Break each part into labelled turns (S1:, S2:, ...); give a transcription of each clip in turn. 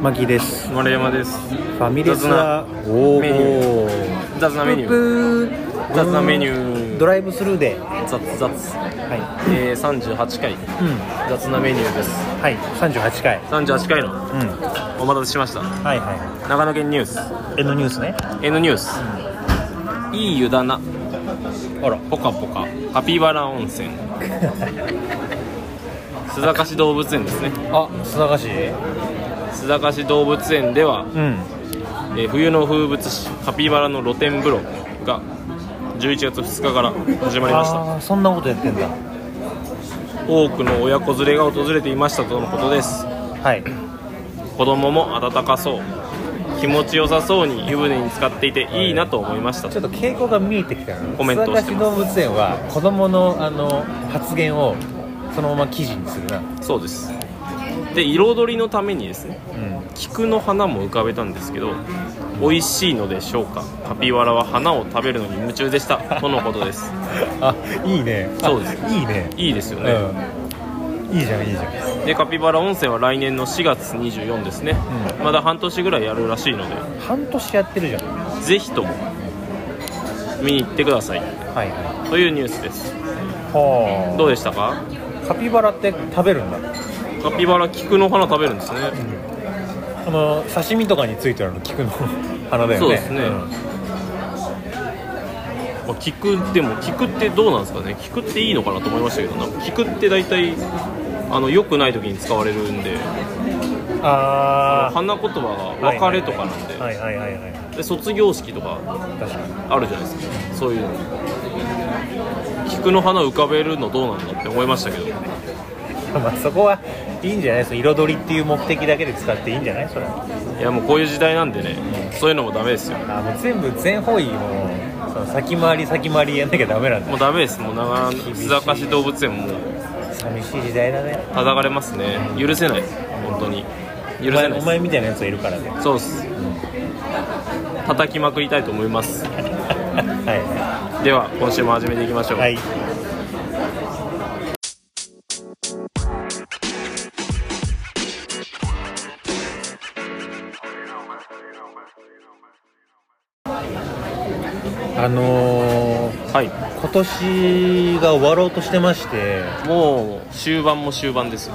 S1: マキです
S2: 丸山です
S1: ファミレスは
S2: 雑な
S1: おー
S2: メニュ雑なメニュー
S1: プー
S2: 雑なメニュー
S1: ドライブスルーでは
S2: 雑雑、
S1: い
S2: えー、38回
S1: うん
S2: 雑なメニューです
S1: はい38回
S2: 38回の
S1: うんは
S2: お待たせしました
S1: いは
S2: 長野県ニュース
S1: いえのニュースね
S2: N ニュースいい湯だな
S1: あら
S2: ポカポカカピバラ温 泉須坂市動物園ですね
S1: あ須坂市
S2: 須坂市動物園では、
S1: うん
S2: えー冬の風物詩カピバラの露天風呂が11月2日から始まりました
S1: あーそんなことやってんだ
S2: 多くの親子連れが訪れていましたとのことです
S1: はい
S2: 子供も温かそう気持ちよさそうに湯船に浸かっていていいなと思いました
S1: ちょっと傾向が見えてきたな
S2: コメントをして
S1: 須
S2: ま
S1: 坂市動物園は子供のあの発言をそのまま記事にするな
S2: そうですで彩りのためにですね
S1: うん
S2: 菊の花も浮かべたんですけど美味しいのでしょうかカピバラは花を食べるのに夢中でしたとのことです
S1: あいいねあ
S2: そうです
S1: いいね
S2: いいですよね、
S1: うんいいじゃんいいじゃん
S2: でカピバラ温泉は来年の4月24ですね、まだ半年ぐらいやるらしいので
S1: 半年やってるじゃん
S2: ぜひとも見に行ってください
S1: はいは
S2: というニュースです
S1: は
S2: どうでしたか
S1: カピバラって食べるんだ
S2: カピバラ菊の花食べるんですね
S1: あの刺身とかについてるの菊の花だよね
S2: そうですね
S1: ん
S2: まあ菊でも菊ってどうなんですかね菊っていいのかなと思いましたけどなんか菊って大体あの良くない時に使われるんで
S1: あ
S2: 花言葉が別れとかなんで,、
S1: あはいはいはいはい
S2: で卒業式とか
S1: 確かに
S2: あるじゃないですかそういうの菊の花浮かべるのどうなんだって思いましたけど
S1: まあそこはいいんじゃないその彩りっていう目的だけで使っていいんじゃないそれはい
S2: やもうこういう時代なんでねそういうのもダメですよ
S1: あもう全部全方位もうその先回り先回りやんなきゃダメなんだ
S2: もうダメですもう長野須坂市動物園ももう
S1: 寂しい時代だね
S2: 叩かれますね許せない本当に許せ
S1: お
S2: な
S1: 前
S2: いで
S1: お
S2: す
S1: 前みたいなやつがいるからね
S2: そうっす叩きまくりたいと思います
S1: は
S2: では今週も始めていきましょ、
S1: いうはいあのー、
S2: はい
S1: 今年が終わろうとしてまして
S2: もう終盤も終盤ですよ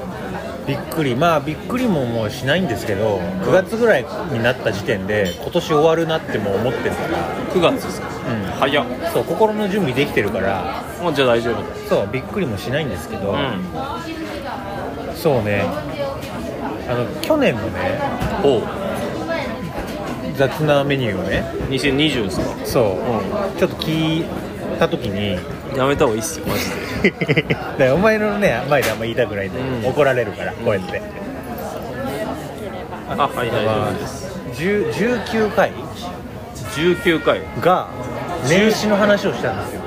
S1: びっくりまあびっくりももうしないんですけど9月ぐらいになった時点で今年終わるなってもう思ってるから、
S2: 9月ですか
S1: う
S2: 早っ
S1: ん、そう心の準備できてるから
S2: もうじゃあ大丈夫
S1: そうびっくりもしないんですけど、
S2: うん
S1: そうねあの去年のね
S2: おう
S1: 雑なメニューをね
S2: 2020ですか
S1: そう、ちょっと聞いた時に
S2: やめた方がいいっすよマジで
S1: だからお前のね前であんま言いたくないんだよ、
S2: うん
S1: 怒られるからこうやって、
S2: あはい大丈夫です
S1: 10 19回
S2: 19回
S1: が年始の話をしたんですよ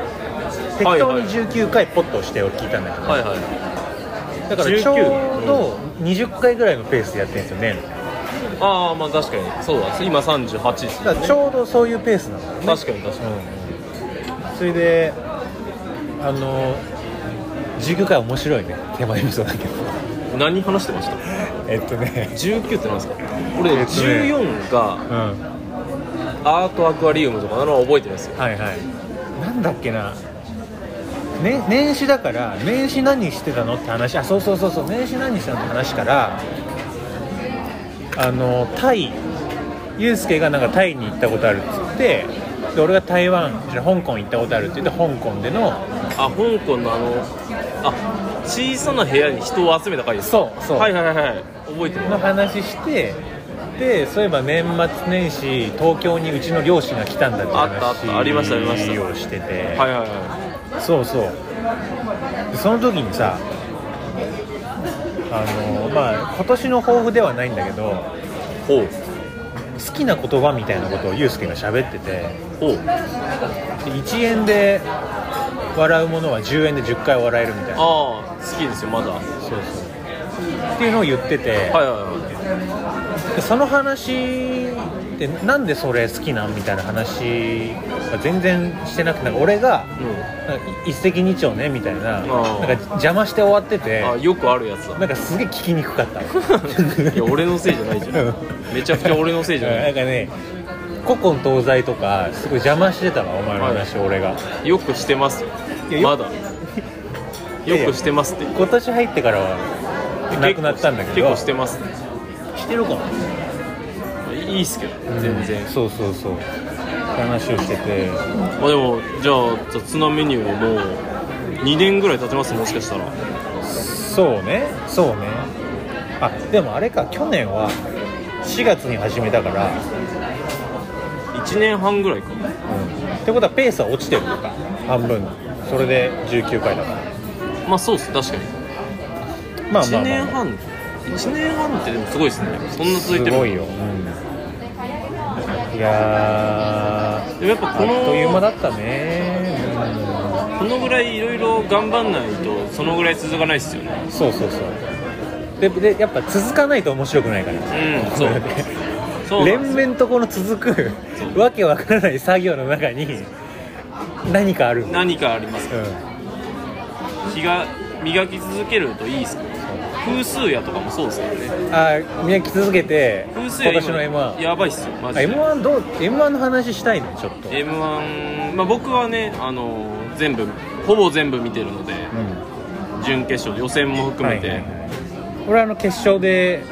S1: 適
S2: はい
S1: 当
S2: はい
S1: に19回ポッと押してを聞いたんだけど、
S2: はいはい
S1: だから
S2: 19
S1: ちょうど20回ぐらいのペースでやってるんですよね
S2: ああまあ確かにそうだ今38です
S1: だからちょうどそういうペースなの、うん
S2: 確かに確かに
S1: それであの19回面白いね手前味噌だけど
S2: 何話してました
S1: えっとね
S2: 19ってなんですか俺
S1: えっとね
S2: 14が
S1: うんは
S2: アートアクアリウムとかなのは覚えてるんですよ
S1: いはいなんだっけな、ね、年始だから年始何してたのって話あそうそうそうそう年始何してたのって話からあのタイユうスケがなんかタイに行ったことあるっつってで俺が台湾じゃ香港行ったことあるって言って香港での
S2: あ香港のあのあ小さな部屋に人を集めた回ですか
S1: そうそう
S2: はいはいはいはい覚えてる
S1: の話してでそういえば年末年始東京にうちの両親が来たんだって話
S2: あったあったありましたありました
S1: をしてて、
S2: はいはいは
S1: そうそうでその時にさあのまあ今年の抱負ではないんだけど
S2: いほう
S1: 好きな言葉みたいなことをユうスケが喋ってて
S2: ほう
S1: で1円で笑うものは10円で10回笑えるみたいな
S2: ああ好きですよまだはい
S1: そうそうっていうのを言ってて、
S2: はいは
S1: でその話ってなんでそれ好きなんみたいな話が全然してなくてなんか俺が
S2: いうん
S1: なんか一石二鳥ねみたいななん
S2: ー
S1: か邪魔して終わってて
S2: あよくあるやつだ
S1: なんかすげえ聞きにくか った
S2: いや俺のせいじゃないじゃんめちゃくちゃ俺のせいじゃな
S1: なん
S2: い
S1: かね古今東西とかすごい邪魔してたわお前の話、俺が
S2: よくしてます
S1: いやよ
S2: まだ
S1: やいや
S2: よくしてますって
S1: 今年入ってからはなくなったんだけど
S2: 結構してます
S1: してるかも
S2: いいっすけど全然、
S1: そうそうそう話をしてて
S2: まあでもじゃあ雑なメニューももう2年ぐらい経ちますもしかしたら
S1: そうねそうねあでもあれか去年は4月に始めたから、
S2: 1年半ぐらいか
S1: うん、ってことはペースは落ちてるのか半分それで19回だから
S2: まあそうっす確かに
S1: まあま
S2: 1
S1: あま
S2: 年
S1: あ、まあ、
S2: 半1年半ってでもすごいっすねそんな続い
S1: す
S2: てる
S1: ごいよ、うん、いやー
S2: でもやっぱ
S1: あ
S2: こ
S1: っ
S2: の
S1: という間だったね、うん
S2: このぐらいいろいろ頑張んないとそのぐらい続かないっすよね
S1: そうそうそうででやっぱ続かないと面白くないから
S2: うんそうそうなんです
S1: 連
S2: よ
S1: 綿とこの続く わけわからない作業の中に何かある、うん、
S2: 何かありますか日が磨き続けるといいっすけど風数やとかもそうですよね
S1: あー磨き続けて今
S2: 風
S1: 年
S2: 数や
S1: の m 1
S2: やばいっすよマジで
S1: m 1どう m 1の話したいねちょっと、
S2: m 1、まあ、僕はねあの全部ほぼ全部見てるので
S1: うん
S2: 準決勝予選も含めて、
S1: はいはいはい俺はあの決勝で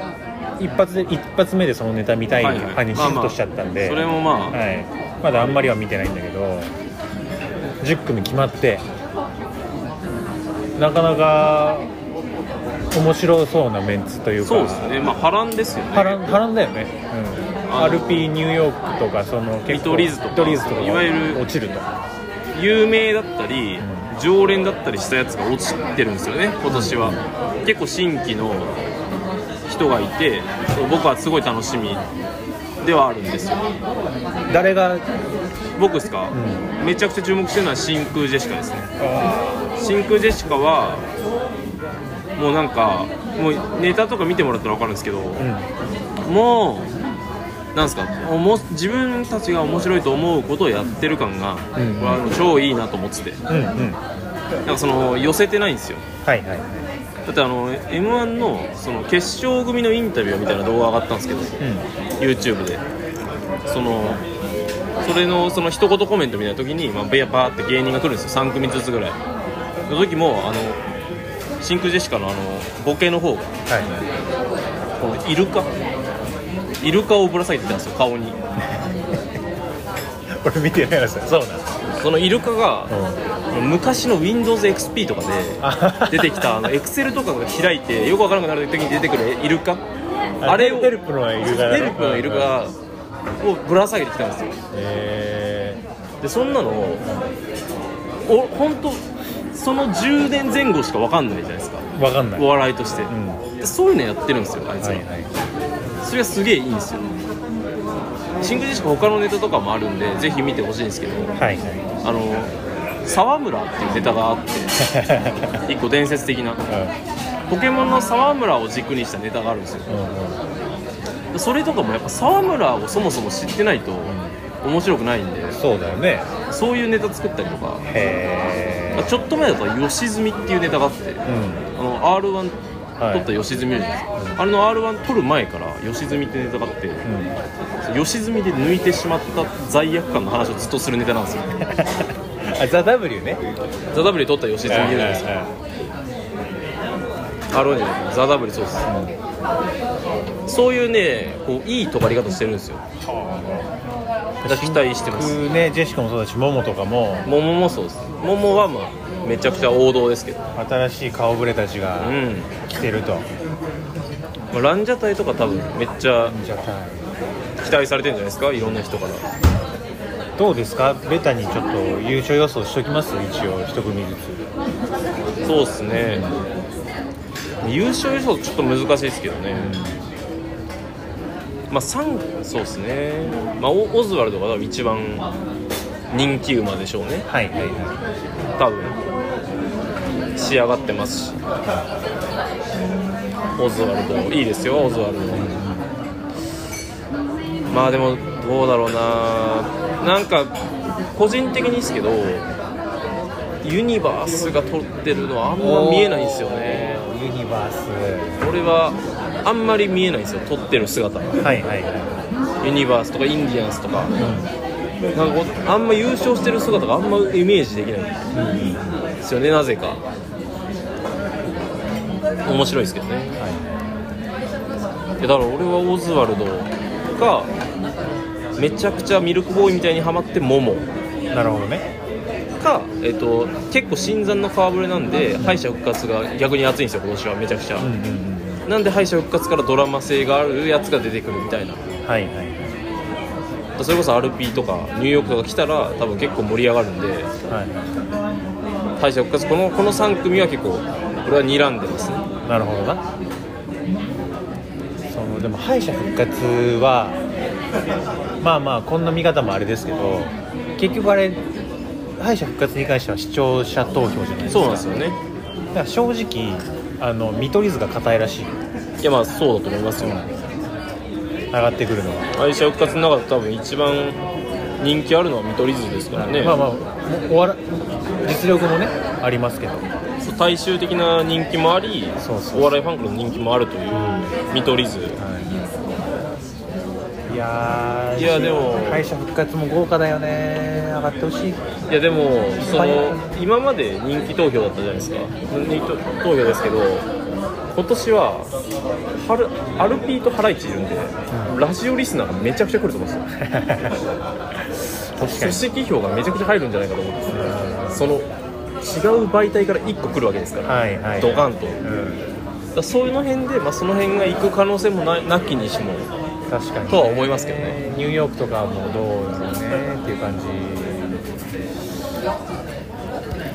S1: 一発で一発目でそのネタ見たい
S2: はいはい
S1: 派にシフトしちゃったんで、
S2: それもまあ、
S1: はい、まだあんまりは見てないんだけど10組決まってなかなか面白そうなメンツというか
S2: そうですねまあ波乱ですよね
S1: 波乱波乱だよね、うん、
S2: あの
S1: RP ニューヨークとかその
S2: 見取り図とか
S1: 見取り図とか
S2: いわゆる
S1: 落ちると
S2: 有名だったり
S1: ん
S2: 常連だったりしたやつが落ちてるんですよね今年は、結構新規の人がいて僕はすごい楽しみではあるんですよ
S1: 誰が、うん、
S2: 僕ですか、
S1: う
S2: めちゃくちゃ注目してるのは真空ジェシカですね真空ジェシカはもうなんかもうネタとか見てもらったら分かるんですけど、もうなんですかおも自分たちが面白いと思うことをやってる感が、
S1: うん
S2: これはもう超いいなと思ってて
S1: うんうん
S2: なんかその寄せてないんですよ
S1: はいはい
S2: だってあの m 1のその決勝組のインタビューみたいな動画上がったんですけど
S1: うん
S2: YouTube でそのそれのその一言コメントみたいな時に、まあ、ベアパーって芸人が来るんですよ3組ずつぐらいの時もあの真空ジェシカのあのボケの方が
S1: は
S2: このイルカイルカをぶら下げてたんですよ顔に
S1: い俺見てないやつそうなん
S2: そのイルカが昔の WindowsXP とかで出てきたあの Excel とかが開いてよくわからなくなる時に出てくるイルカあれを
S1: テルプのイルカ
S2: テルプのイルカをぶら下げてきたんですよ
S1: え
S2: でそんなのお本当その10年前後しか分かんないじゃないですか
S1: ー、わかんない
S2: お笑いとして、
S1: うんは
S2: でそういうのやってるんですよあい
S1: い
S2: つら、
S1: はい
S2: それがすげえいいんですよシングルしか他のネタとかもあるんでぜひ見てほしいんですけど
S1: はいは
S2: あの沢村っていうネタがあって
S1: い
S2: 一個伝説的なポケモンの沢村を軸にしたネタがあるんですよ
S1: うんうんうん
S2: でそれとかもやっぱ沢村をそもそも知ってないと面白くないんで
S1: そうだよね
S2: そういうネタ作ったりとか
S1: へ
S2: ちょっと前だと吉住っていうネタがあって、
S1: え
S2: あ
S1: うん
S2: の r
S1: は
S2: 1
S1: い
S2: 撮った吉住いるじゃないですか、あれの r 1撮る前から吉住ってネタがあって、
S1: うん
S2: 吉住で抜いてしまった罪悪感の話をずっとするネタなんですよ「
S1: あザ・ W ね
S2: ザ・ w 撮った吉住いるじゃないですか r 1じゃないザ・ w そうですそういうねこういい尖り方してるんですよだから期待してます
S1: 僕ねジェシカもそうだしモモとかも
S2: 桃もそうです桃はまあめちゃくちゃ王道ですけど
S1: 新しい顔ぶれたち
S2: う
S1: が
S2: ん
S1: 来てると、
S2: まあランジャタイとか多分めっちゃ
S1: じゃあ
S2: 期待されてるんじゃないですかいろんな人から
S1: どうですかベタにちょっと優勝予想しときます一応一組ずつ
S2: そうっすね優勝予想ちょっと難しいですけどねまあ3そうっすねまあオオズワルドが多分一番人気馬でしょうね
S1: はいはいは
S2: 多分仕上がってますしオズワルドいいですよオズワルドまあでもどうだろうななんか個人的にですけどユニバースが撮ってるのはあんま見えないんですよね
S1: おーユニバース
S2: 俺はあんまり見えないんですよ撮ってる姿が
S1: はいはいは
S2: ユニバースとかインディアンスとかなんかこうあんま優勝してる姿があんまイメージできないですよねなぜか面白いですけどね、い、やだから俺はオズワルドがめちゃくちゃミルクボーイみたいにハマってモモ
S1: い、なるほどね
S2: か、えっと結構新参の顔ぶれなんで敗者復活が逆に熱いんですよ今年はめちゃくちゃ、
S1: うんうんうん
S2: なんで敗者復活からドラマ性があるやつが出てくるみたいな
S1: はいはいはい
S2: それこそ RP とかニューヨークとか来たら多分結構盛り上がるんで
S1: は
S2: 敗者復活このこの3組は結構俺は睨んでますね
S1: いなるほどなそのでも敗者復活はまあまあこんな見方もあれですけど結局あれ敗者復活に関しては視聴者投票じゃないですか
S2: そうなんですよね
S1: だから正直あの見取り図が硬いらしい
S2: いやまあそうだと思いますよ
S1: 上がってくるのは、
S2: 敗者復活の中で多分一番人気あるのは見取り図ですからね、
S1: まあまあおおわら実力もねありますけど
S2: そう大衆的な人気もあり
S1: そうそう
S2: お笑いファンクの人気もあるという見取り図
S1: はい、いやー
S2: いやでも
S1: 敗者復活も豪華だよね上がってほしい
S2: いやでもそ
S1: はい
S2: の今まで人気投票だったじゃないですか人気投票ですけど今年はハルアルピーとハライチいるんで、ラジオリスナーがめちゃくちゃ来ると思うんですよ
S1: 確
S2: 組織票がめちゃくちゃ入るんじゃないかと思うんですその違う媒体から1個来るわけですから、
S1: はいはい
S2: ドカンとだか
S1: うん
S2: らそういうの辺で、まあ、その辺が行く可能性もななきにしも
S1: 確かに
S2: とは思いますけどね
S1: ニューヨークとかもどうだろうねっていう感じ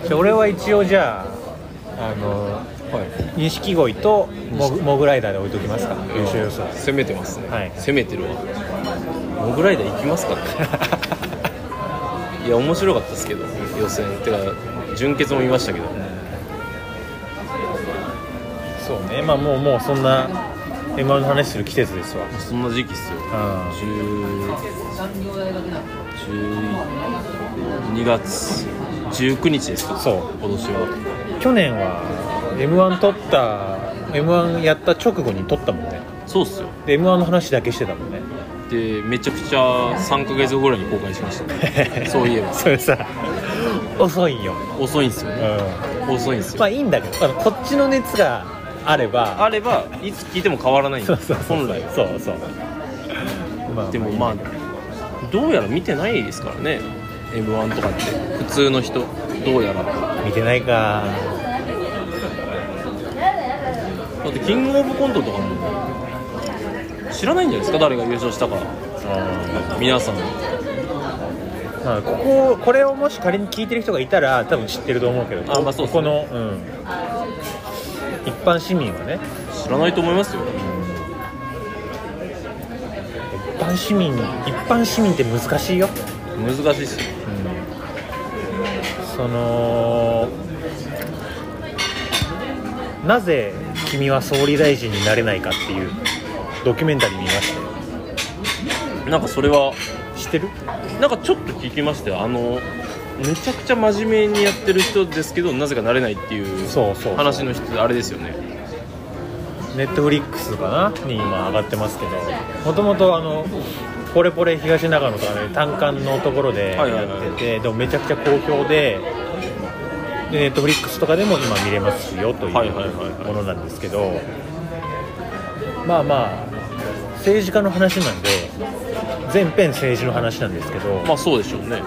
S1: じゃあ俺は一応じゃああの
S2: はい
S1: 錦鯉とモグモグライダーで置いときますか優勝予想
S2: 攻めてますね、
S1: はい
S2: 攻めてるわモグライダー行き ますかねいや面白かったですけど予選てか準決も見ましたけど
S1: そうねまあもうもうそんな M−1 の話する季節ですわ
S2: そんな時期っすよ
S1: うん
S2: 10 12月19日ですか
S1: そう
S2: 今年は
S1: 去年は m 1取った m 1やった直後に取ったもんね
S2: そうっすよ
S1: で m 1の話だけしてたもんね
S2: でめちゃくちゃ3ヶ月後ぐらいに公開しました ねそういえば
S1: それさ遅いんよ、
S2: 遅いんすよ
S1: うん、
S2: ね遅いんすよ
S1: まあいいんだけどあのこっちの熱があれば
S2: あればいつ聞いても変わらないん
S1: そ
S2: で
S1: うそうそう
S2: 本来は
S1: そうそうまあ
S2: でもまあどうやら見てないですからね m 1とかって普通の人どうやらだ
S1: 見てないか
S2: ってキングオブコントとかも知らないんじゃないですか誰が優勝したか皆さん
S1: まあこここれをもし仮に聞いてる人がいたら多分知ってると思うけど
S2: あまあそうっすね
S1: ここの、うん、一般市民はね
S2: 知らないと思いますよ
S1: 一般市民一般市民って難しいよ
S2: 難しいっすよ
S1: そのなぜ君は総理大臣になれないかっていうドキュメンタリー見ましたよ
S2: なんかそれは
S1: 知ってる
S2: なんかちょっと聞きましたよあのめちゃくちゃ真面目にやってる人ですけどなぜかなれないっていう
S1: そうそうそう
S2: 話の人あれですよね
S1: ネットフリックスかなに今上がってますけどもともとあの「ポレポレ東長野」とかね単館のところでや
S2: はいはい
S1: っ
S2: はい
S1: ててでもめちゃくちゃ好評ででネットフリックスとかでも今見れますよという
S2: はいはいはいはい
S1: ものなんですけどまあまあ政治家の話なんで全編政治の話なんですけど、
S2: まあそうでしょうね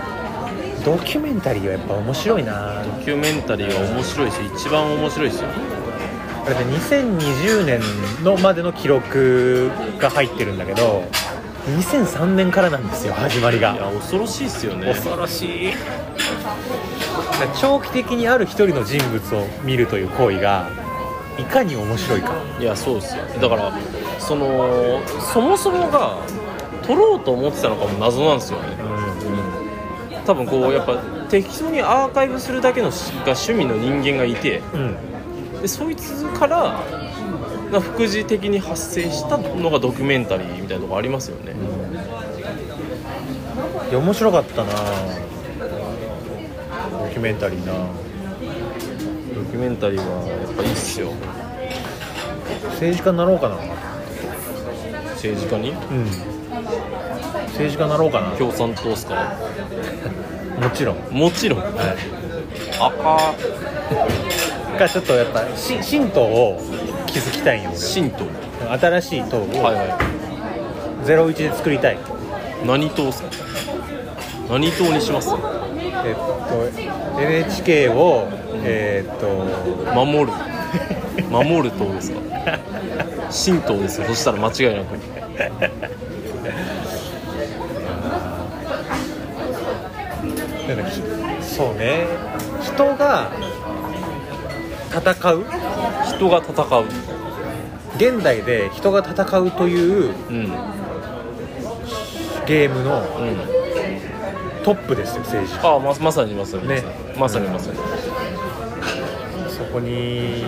S1: ドキュメンタリーはやっぱ面白いな
S2: ドキュメンタリーが面白いし一番面白いですよ
S1: あれで2020年のまでの記録が入ってるんだけど2003年からなんですよ始まり
S2: い
S1: が
S2: や恐ろしいっすよね
S1: 恐ろしい長期的にある一人の人物を見るという行為がいかに面白いか
S2: いやそうですよだからそのそもそもが撮ろうと思ってたのかも謎なんですよね
S1: う
S2: 多分こうやっぱ適当にアーカイブするだけのしが趣味の人間がいて
S1: んうん
S2: でそいつからな副次的に発生したのがドキュメンタリーみたいなとこありますよね、
S1: いや面白かったなドキュメンタリーな
S2: キュメンタリーはやっぱいいっすよ
S1: 政治家になろうかな
S2: 政治家に
S1: うん政治家になろうかな
S2: 共産党っすか
S1: もちろん
S2: もちろん赤
S1: がちょっとやっぱし新党を築きたいんよ
S2: 神道
S1: 俺新しい党を
S2: はいは
S1: 01で作りたい、
S2: い何党っすか何党にします
S1: えっと NHK をえっと
S2: 守る守る党ですか神道ですよそしたら間違いなく
S1: なんかひそうね人が戦う
S2: 人が戦う
S1: 現代で人が戦うという
S2: うん
S1: ゲームの
S2: うん
S1: トップですよ政治
S2: ああままさにまさに、
S1: ね
S2: まさにまさに
S1: そこに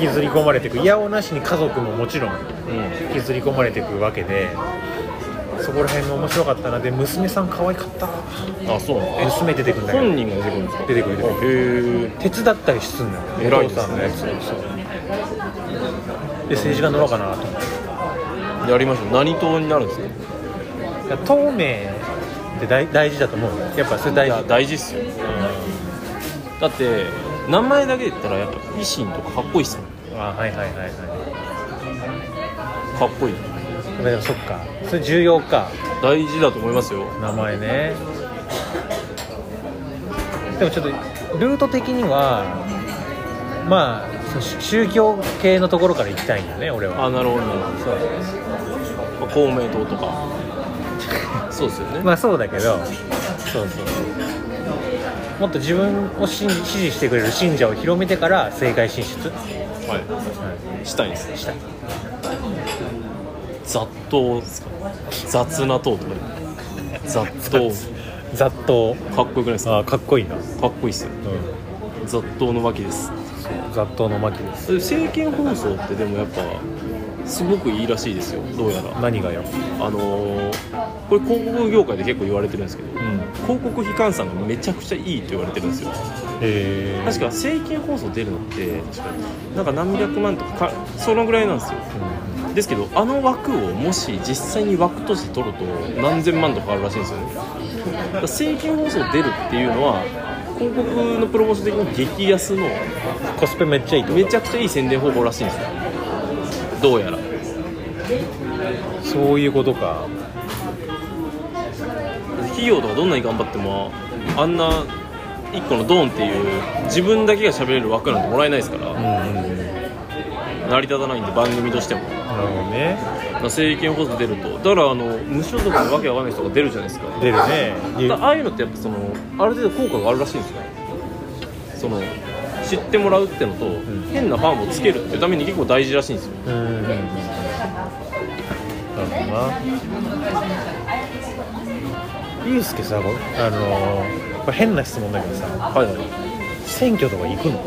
S1: 引きずり込まれていくいやおなしに家族ももちろん
S2: うん
S1: 引きずり込まれていくわけでそこら辺が面白かったなで娘さん可愛かった
S2: あそうなのえ
S1: 娘出てくるんだけど
S2: 本人が出てくるんですか
S1: 出てくる出てく
S2: るへえ
S1: 手伝ったりすんのよ
S2: 偉い
S1: お
S2: ですね
S1: 父さんのやつそうで政治家乗ろうかなと思って
S2: やりましょう何党になるんですか
S1: いや透明って大大事だと思うよやっぱそれ大
S2: い
S1: 事
S2: や大事っすよだって名前だけで言ったらやっぱ維新とかかっこいいっすもん
S1: あはいはいはいは
S2: かっこいい
S1: いでもそっかそれ重要か
S2: 大事だと思いますよ
S1: 名前ねでもちょっとルート的にはまあその宗教系のところから行きたいんだね俺は
S2: あなるほどなるほどまあ公明党とか そうですよね、
S1: まあそうだけどそうそうもっと自分を信支持してくれる信者を広めてから政界進出、
S2: は
S1: はい
S2: したいんです
S1: い、したい
S2: 雑党ですか雑な党とか雑党
S1: 雑踏
S2: かっこよくないですか
S1: あかっこいいな、うん、
S2: かっこいいっすよ雑踏の脇です
S1: 雑踏の巻です
S2: 政見放送ってでもやっぱすごくいいらしいですよどうやら
S1: 何がよ、
S2: あのー、これ広告業界で結構言われてるんですけど
S1: うん、
S2: 広告費換算がめちゃくちゃいいと言われてるんですよ
S1: え
S2: 確か政見放送出るのってなんか何百万とかかそのぐらいなんですよですけどあの枠をもし実際に枠として取ると何千万とかあるらしいんですよねだから政見放送出るっていうのは広告のプロモーション的に激安の
S1: コスペめっちゃいいと
S2: めちゃくちゃいい宣伝方法らしいんですよどうやら
S1: そういうことか
S2: 企業とかどんなに頑張ってもあんな一個のドーンっていう自分だけが喋れる枠なんてもらえないですから
S1: うんうんなる
S2: 成り立たないんで番組としても
S1: ほどね
S2: 政権放送出るとだからあの無所属のわけわかんない人が出るじゃないですかだか
S1: 出るね
S2: らああいうのってやっぱそのある程度効果があるらしいんですよその知ってもらうってのと、
S1: ん
S2: 変なファンをつけるっていうために結構大事らしいんですよ
S1: うんうんなるほどなユうスケさこあのー、これ変な質問だけどさ
S2: はいはい
S1: 選挙とか行くの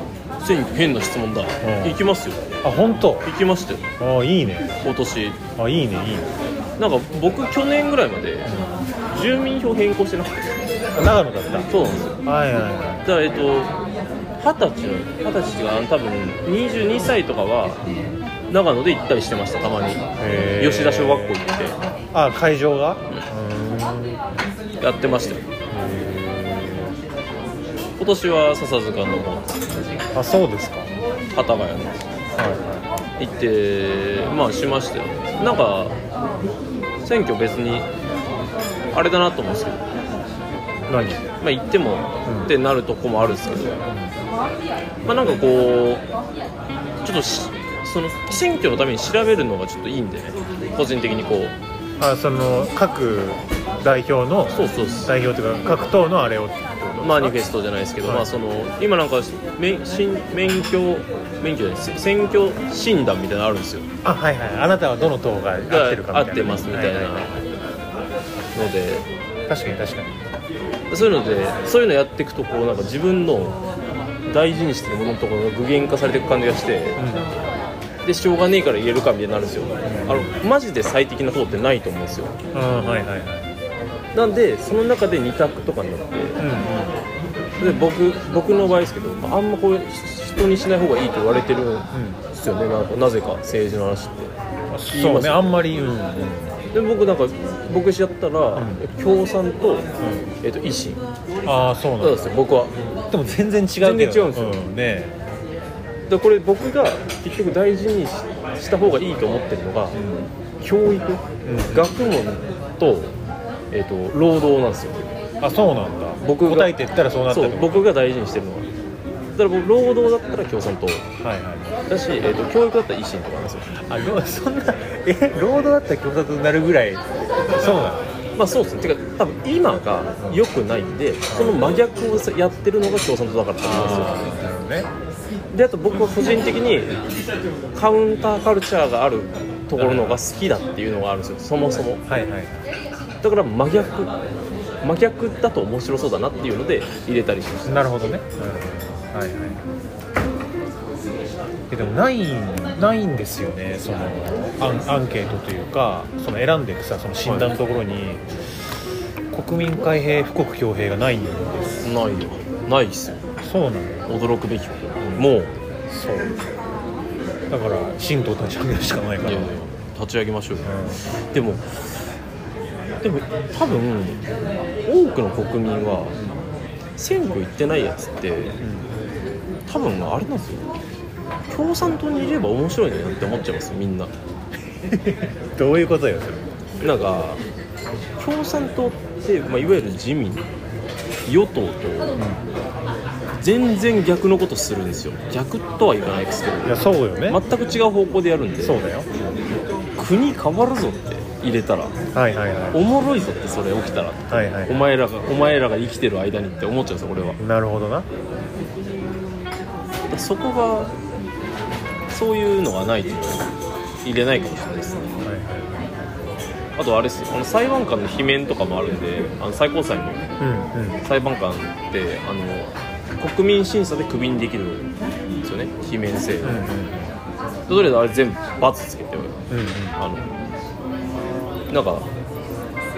S2: 選挙変な質問だ、
S1: ん
S2: 行きますよ
S1: あ本当
S2: 行きましたよ
S1: ああいいね
S2: 今年
S1: あいいねいいね
S2: なんか僕去年ぐらいまで住民票変更してなかった
S1: あ長野だっ
S2: そうなんですよ
S1: たはいはいは
S2: だからえっと二十歳の二十歳が多分22歳とかは長野で行ったりしてましたたまに
S1: へー
S2: 吉田小学校
S1: い
S2: 行
S1: あ会場がうん
S2: ってやってましたよ今年は笹塚の
S1: あそうですか
S2: 幡ヶ谷の
S1: は
S2: 行ってまあしましたよなんか選挙別にあれだなと思うんですけど
S1: いはい何
S2: まあ、行っても
S1: うん
S2: ってなるとこもあるんですけど、まあ、なんかこうちょっとしその選挙のために調べるのがちょっといいんでね個人的にこう
S1: あその各代表の
S2: そうそうそう
S1: 代表というか各党のあれを
S2: マニフェストじゃないですけど、
S1: はい
S2: まあ、その今なんか免新免許免許じゃないせ選挙診断みたいなのあるんですよ
S1: あはいはいあなたはどの党が合ってるかみたいな
S2: 合ってますみたいな
S1: ははは
S2: ので
S1: 確かに確かに
S2: そういうのでそういうのやっていくとこうなんか自分の大事にしてるもののところが具現化されていく感じがして。でしょうがねえから入れるかみたいになるんですよあのマジで最適な方ってないと思うんですよ
S1: うん、うん、はいはいはい
S2: なんでその中で2択とかになって
S1: うん
S2: で僕僕の場合ですけどあんまこうし当にしない方がいいと言われてるん
S1: う
S2: ですよねなんかなぜか政治の話っ
S1: ん、
S2: て言い
S1: そう
S2: ます
S1: ねあんまり言う、
S2: うんで僕なんか僕しやったら、共産と,、えっと維新
S1: ああそうなん
S2: そう
S1: だ
S2: ですよ僕は
S1: でも全然違うけど
S2: 全然違うんですよ
S1: ねえ
S2: でこれ僕が結局大事にしした方がいいと思ってるのが、教育、
S1: ん
S2: 学問と,、えっと労働なんですよ
S1: あそうなんだ
S2: 僕が
S1: 答えていったらそうなった
S2: そ
S1: っ
S2: う
S1: てこと
S2: 僕が大事にしてるのはだから僕労働だったら共産党
S1: はいはい
S2: だし、えっと教育だったら維新とかなんですよ
S1: あろそんなえ労働だったら共産になるぐらいそうなの
S2: まあそうですねてか多分今が良くないんでその真逆をさやってるのが共産党だからだと思うんですよ
S1: ーなるほどね
S2: であと僕は個人的にカウンターカルチャーがあるところのが好きだっていうのがあるんですよそもそも
S1: はいはい
S2: だから真逆真逆だと面白そうだなっていうので入れたりしまし
S1: なるほどね、うん、はいはいえでもないないんですよねそのアンアンケートというかその選んでいくさその診断のところに、国民開閉富国強兵がないんです
S2: たないよないっすよ
S1: そうなんだよ
S2: 驚くべきこともう
S1: そうだから神道立ち上げるしかないか
S2: い
S1: ら
S2: やいや立ち上げましょうよでもでも多分多くの国民は選挙行ってないやつって多分あれなんですよ共産党にいれば面白いのになって思っちゃいますよみんな
S1: うんどういうことよそれ
S2: なんか共産党って、まあ、いわゆる自民与党と全然逆のことするんですよ逆とは言わないですけど
S1: いやそうよね、
S2: 全く違う方向でやるんで
S1: そうだよ
S2: 国変わるぞって入れたら
S1: はいはいは
S2: おもろいぞってそれ起きた
S1: い
S2: ら
S1: はいは
S2: お前らがお前らが生きてる間にって思っちゃうんですよ俺はだ
S1: いなるほどな
S2: からそこがそういうのがないと入れないかもしれないですね
S1: はいは
S2: あとあれですよあの裁判官の罷免とかもあるんであの最高裁の
S1: いうんうん
S2: 裁判官ってあの国民審査でクビにできるんですよね罷免制度、とりあえずあれ全部×つけて
S1: うんうん
S2: あのなんか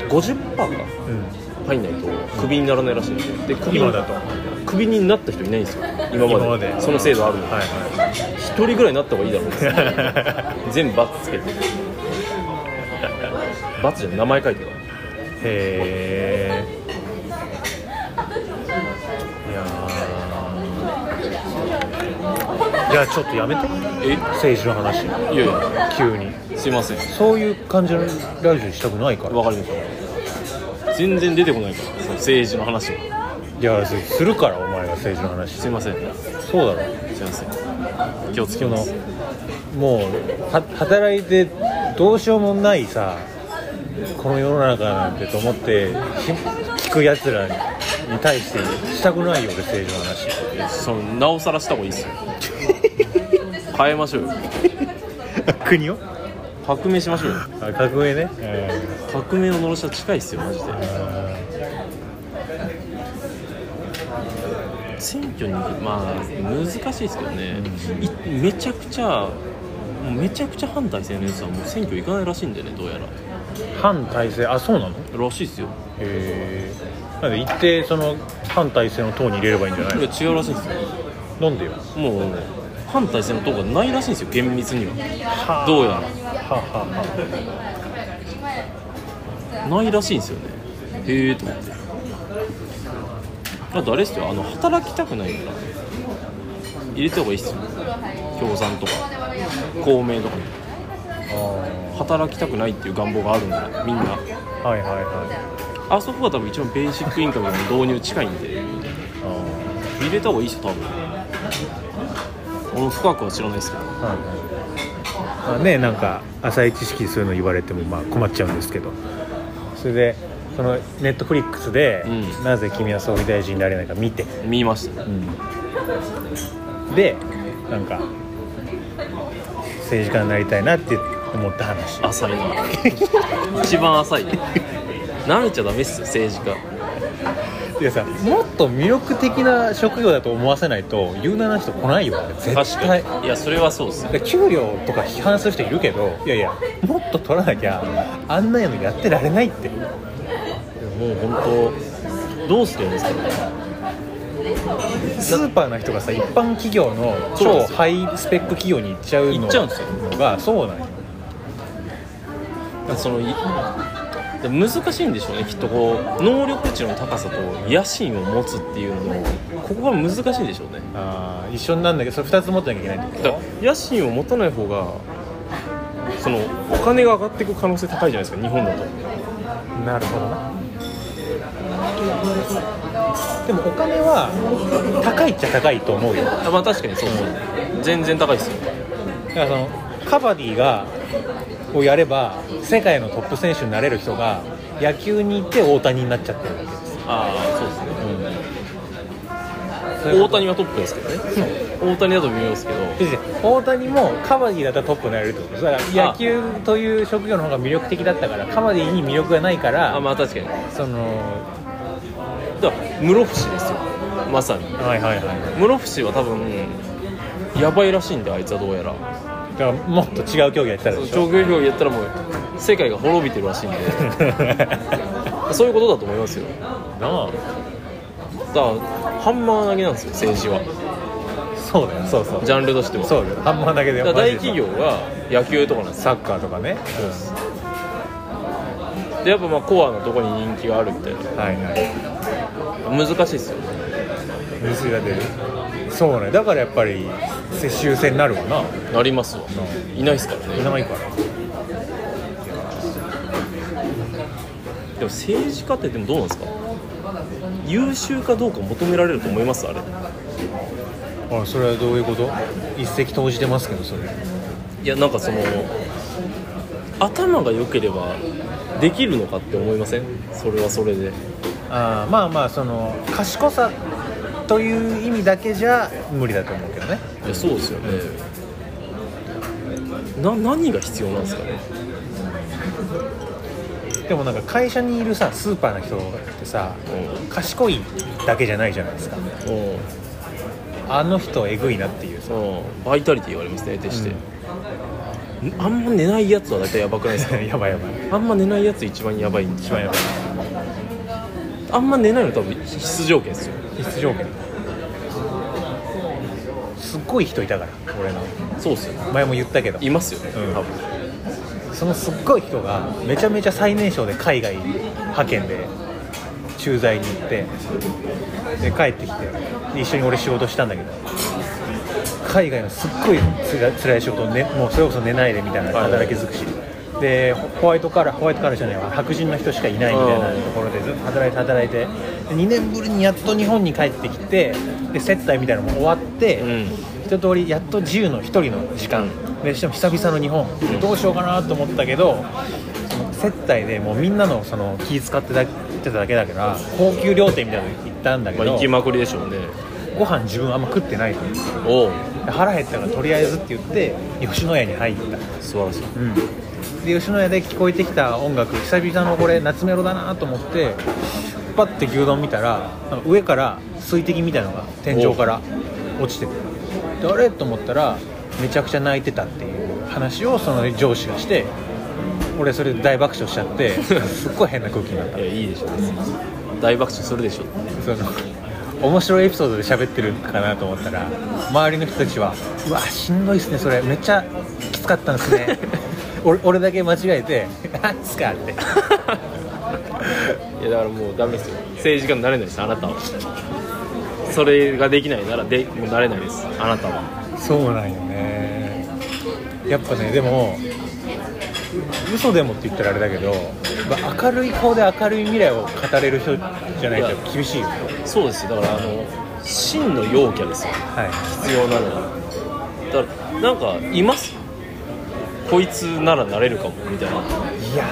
S2: 50%が
S1: うんうん
S2: 入んないとクビにならないらしいんですよでクビ
S1: 今だと
S2: クビになった人いないんですよ今まで
S1: 今まで
S2: その制度あるの
S1: はいは
S2: 一人ぐらいになった方がいいだろうっ て
S1: い
S2: 全部×つけて×じゃない名前書いてる
S1: へえいやーじゃあちょっとやめて
S2: え
S1: 政治の話
S2: いやいや
S1: 急に
S2: すいません
S1: そういう感じのラジオしたくないから
S2: わかりました全然出てこないからその政治の話も
S1: いやするからお前が政治の話
S2: すいません
S1: そうだろ
S2: すいません気をつけ
S1: そ
S2: ま
S1: の
S2: す
S1: もうは働いてどうしようもないさこの世の中なんてと思ってひ聞くやつらにに対してしたくないよ俺政治の話
S2: いやそのなおさらした方がいいですよ変えましょうよ
S1: 国を
S2: 革命しましょうよ
S1: あ革命ね、
S2: 革命ののろしは近いっすよマジで選挙にまあ難しいですけどね、いめちゃくちゃもうめちゃくちゃ反対性のやつはもう選挙行かないらしいんだよねどうやら
S1: 反体制あそうなのへ
S2: らしいっすよ
S1: えなんで一定その反体制の党に入れればいいんじゃない
S2: い
S1: の
S2: や違うらしいっすよ
S1: なんでよ
S2: もう反対性のとこがないらしいんですよ厳密には
S1: は
S2: どうや
S1: はは
S2: ないらしいんですよねへえと思ってあとあれっすよあの働きたくないから入れた方がいいっすよ共産とか公明とかに
S1: は
S2: 働きたくないっていう願望があるんだよみんな
S1: あーはいはいはい
S2: あそこが多分一番ベーシックインカムの導入近いんで
S1: あ
S2: 入れた方がいいっすよ多分俺も深くは知らないですけど
S1: ーはいはいまあねなんか浅い知識そういうの言われてもまあ困っちゃうんですけどそれでそのネットフリックスで、
S2: うん
S1: なぜ君は総理大臣になれないか見て、
S2: 見ました
S1: でなんか政治家になりたいなって思った話
S2: 浅いな一番浅いなめちゃダメっすよ政治家
S1: いやさもっと魅力的な職業だと思わせないと有能な人来ないよ絶対
S2: 確かにいやそれはそうっすよ
S1: で給料とか批判する人いるけどいやいやもっと取らなきゃあんなのやってられないって
S2: もう本当どうすればいいんですかね
S1: スーパーな人がさ一般企業の
S2: そうな
S1: 超
S2: んですよ
S1: ハイスペック企業に行っちゃう
S2: 行
S1: の
S2: っちゃうんですよ
S1: がそうなんよ
S2: そのいで難しいんでしょうねきっとこう能力値の高さと野心を持つっていうののここが難しいんでしょうね
S1: あー一緒になんだけどそれ2つ持ってなきゃいけないってこ
S2: だから野心を持たない方がそのお金が上がっていく可能性高いじゃないですか日本だと
S1: となるほどなでもお金は高いっちゃ高いと思うよ
S2: あまあ確かにそうですよね全然高いですよ
S1: だからそのカバディがをやれば世界のトップ選手になれる人が野球に行って大谷になっちゃってるわけですよ、
S2: ああそうですね
S1: そういう
S2: 大
S1: こと
S2: 谷はトップですけどね大谷だと微妙ですけど
S1: 別に大谷もカバディだったらトップになれるってことですだから野球という職業の方が魅力的だったからカバディに魅力がないか
S2: あ
S1: ら
S2: まあ確かにだか
S1: その
S2: ら室伏ですよまさに
S1: はいはいはい
S2: 室伏は多分やばいらしいんであいつはどうやら
S1: だからもっと違う競技やってたらでしょ
S2: 長距離表やったらもう世界が滅びてるらしいんでそういうことだと思いますよ
S1: な
S2: だからハンマー投げなんですよ政治は
S1: あそうだよそうそう
S2: ジャンルとしては
S1: そうだよハンマー投げだ
S2: だ
S1: よ
S2: から
S1: マジ
S2: 大
S1: で
S2: 企業が野球とかなんですよ
S1: サッカーとかね、
S2: でやっぱまあコアなとこに人気があるみたい
S1: うん、はいはい
S2: な難しいですよ
S1: 盗みが出るそうねだからやっぱり世襲制になるわな
S2: なりますわいないですからね
S1: いないから
S2: でも政治家ってでもどうなんですか優秀かどうか求められると思いますあれ
S1: あそれはどういうこと一石投じてますけどそれ
S2: いやなんかその頭が良ければできるのかって思いませんそれはそれで
S1: あーまあまあその賢さという意味だけじゃ無理だと思うけどね
S2: いやそうですよねな何が必要なんですかね
S1: でもなんか会社にいるさスーパーの人ってさ賢いだけじゃないじゃないですか
S2: うんうん
S1: あの人えぐいなっていうさ
S2: うんバイタリティ言われますね徹して、あんま寝ないやつは大体やばくないですか
S1: やばいやばい
S2: あんま寝ないやつ一番やばい
S1: 一番やばい
S2: あんま寝ないの多分必須条件ですよ
S1: 必須条件すっごい人いたから俺の
S2: そうっすよ
S1: 前も言ったけど
S2: いますよね、
S1: うん
S2: 多分
S1: そのすっごい人がめちゃめちゃ最年少で海外派遣で駐在に行ってで帰ってきてで一緒に俺仕事したんだけど海外のすっごいつら辛い仕事を、ね、もうそれこそ寝ないでみたいな
S2: はい
S1: 働きづくしでホホワイトカラーホワイトカラーじゃないわ白人の人しかいないみたいな
S2: うん
S1: ところでずっと働いて働いて2年ぶりにやっと日本に帰ってきてで接待みたいなのも終わって、
S2: うん
S1: 一通りやっと自由の一人の時間、でしても久々の日本、で
S2: うん
S1: どうしようかなと思ったけどその接待でもうみんなのその気使ってだってただけだから高級料亭みたいなの行ったんだけ
S2: まあ
S1: ど、
S2: 行きまくりでしょうね
S1: ご飯自分あんま食ってないとで
S2: おお
S1: 腹減ったからとりあえずって言って吉野家に入った
S2: 素晴らしい
S1: で吉野家で聞こえてきた音楽久々のこれ夏メロだなと思ってパッて牛丼見たらなんか上から水滴みたいのが天井から落ちててであれと思ったらめちゃくちゃ泣いてたっていう話をその上司がして俺それで大爆笑しちゃってすっごい変な空気になった
S2: いやいいでしょ大爆笑するでしょ
S1: その面白いエピソードで喋ってるかなと思ったら周りの人たちは「うわしんどいっすねそれめっちゃきつかったんです ね」俺俺だけ間違えて「なんすか?」って
S2: いやだからもうダメですよ政治家になれないですあなたはそれができないならでもうなれないですあなたは
S1: そうなんよねやっぱねでも嘘でもって言ったらあれだけどやっぱ明るい顔で明るい未来を語れる人じゃないと厳しいよ
S2: そうですよだからあの真の陽キャですよ
S1: はい
S2: 必要なのはだからなんかいますこいつならなれるかもみたいない
S1: や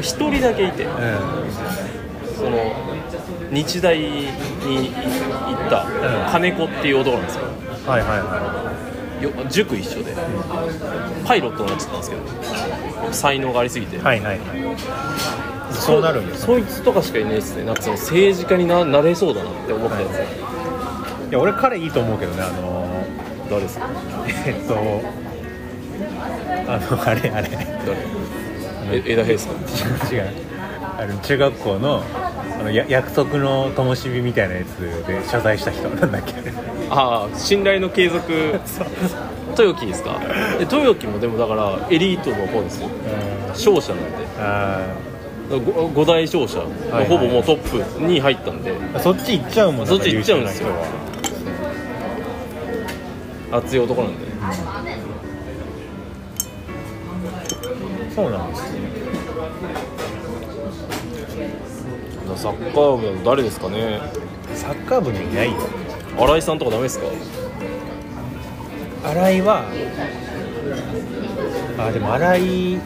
S2: 一人だけいて
S1: ー
S2: その日大に行った
S1: うん
S2: 金子っていう男なんですよ
S1: うんはいはいは
S2: よ塾一緒でパイロットになっちゃったんですけど才能がありすぎて、
S1: いはいはいはいそうなるんです
S2: そいつとかしかいないですねなんかその政治家にななれそうだなって思ったやつ、
S1: はいいや俺彼いいと思うけどねあのー
S2: 誰ですか
S1: えっとあのあれ あれ
S2: 誰え枝平さん
S1: 違う違うあの中学校のあのや約束の灯火みたいなやつで謝罪した人 なんだっけ
S2: ああ信頼の継続
S1: そう
S2: 豊樹ですかえ豊樹もでもだからエリートの方ですよ商社なんで
S1: あ
S2: ご五大商社
S1: いはい
S2: ほぼもうトップに入ったんで、
S1: ーそっち行っちゃうもん
S2: そっち行っちゃうんですよ
S1: 優秀な人は
S2: 熱い男なんで
S1: そうなんですよ
S2: サッカー部の誰ですかね
S1: サッカー部にいないよ
S2: 新井さんとかダメですか
S1: 新井はあでも新井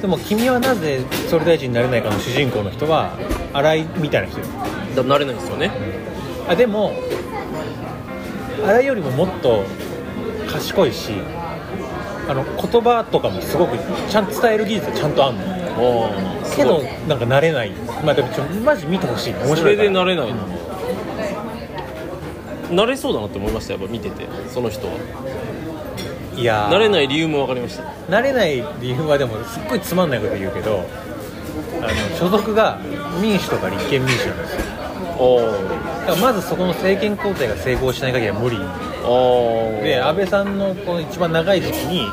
S1: でも君はなぜ総理大臣になれないかの主人公の人は新井みたいな人よ
S2: だ慣れないんですよね
S1: あでも新井よりももっと賢いしあの言葉とかもすごくちゃんと伝える技術はちゃんとあんの
S2: おーす
S1: け
S2: ご
S1: ど
S2: い
S1: なんか慣れないまあでもちょマジ見てほしい面
S2: そ
S1: 白
S2: れ
S1: いから
S2: で慣れないな慣れそうだなって思いましたやっぱ見ててその人はい
S1: やー
S2: 慣れない理由も分かりました
S1: 慣れない理由はでもすっごいつまんないこと言うけどあの所属が民主とか立憲民主なんですよ
S2: おー
S1: だからまずそこの政権交代が成功しない限りは無理
S2: おー
S1: で安倍さんのこの一番長い時期に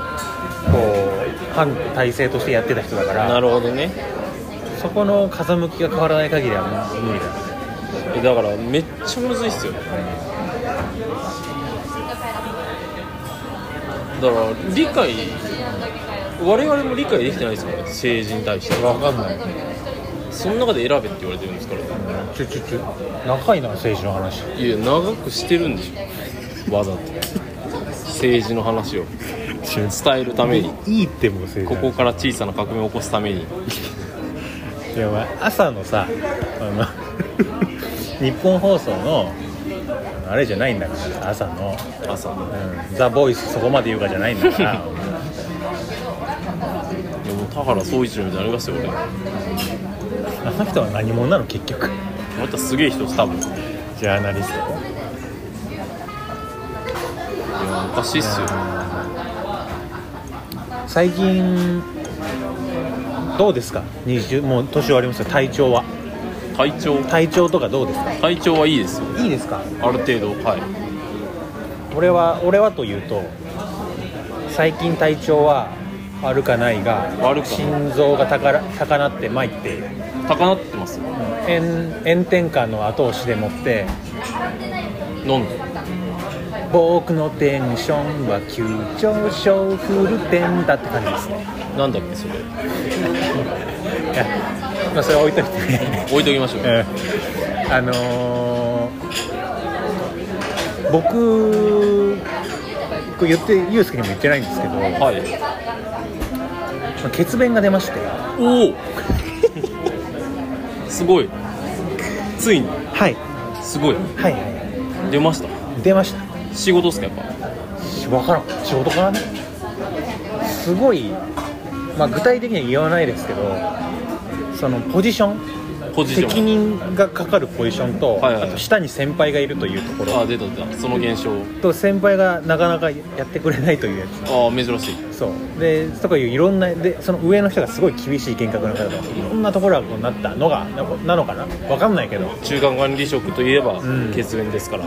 S1: こう反体制としてやってた人だから
S2: なるほどね
S1: そこの風向きが変わらない限りは無理だ
S2: えだからめっちゃむずいっすよだから理解我々も理解できてないですもんね政治に対して
S1: 分かんない
S2: その中で選べって言われてるんですから
S1: ちょちょちょ長いな政治の話
S2: いや長くしてるんでしょわざと 政治の話を伝えるために
S1: いいってもう
S2: こ
S1: 政治
S2: こから小さな革命を起こすために
S1: いやお前朝のさあの日本放送のあれじゃないんだから朝の
S2: 朝い
S1: うんザ・ボイスそこまで言うかじゃないんだから
S2: やもう田原総一郎みたいになりますよ俺あ
S1: あの人は何者なの結局
S2: なたすげえ人です多分い
S1: ジャーナリスト
S2: やおかしいっすよ
S1: 最近どうですか20もう年終わりますよ体調は
S2: 体調
S1: 体調とかどうですか
S2: 体調はいいですよ
S1: いいですか
S2: ある程度はい
S1: 俺は俺はというと最近体調は悪かないが
S2: 悪かない
S1: 心臓が高ら高鳴って参って
S2: 高鳴ってますよ
S1: 炎炎天下の後押しでもって
S2: 飲んで
S1: 僕のテンションは急上昇フルテンだって感じですね
S2: なんだっけそれ
S1: いやまあそれは置い といてね
S2: 置いときましょう
S1: うん あのー僕これ言ってユースケにも言ってないんですけど、ま
S2: はい
S1: あ血便が出まして
S2: おお すごいついに
S1: はい
S2: すごい
S1: はいは
S2: 出ました
S1: い出ました
S2: 仕事っすかやっぱ
S1: 分からん仕事からねすごい、まあ、具体的には言わないですけどそのポジション
S2: ポジシ
S1: 責
S2: ョン
S1: 任がかかるポジションと、
S2: はいはいはい
S1: あと下に先輩がいるというところ
S2: あ出た出たその現象
S1: と先輩がなかなかやってくれないというやつ
S2: ああ珍しい
S1: そうでとかいういろんなでその上の人がすごい厳しい厳格な方でいろんなところがこうなったのがななのかな分かんないけど、はい、
S2: 中間管理職といえば
S1: うん
S2: 血縁ですから、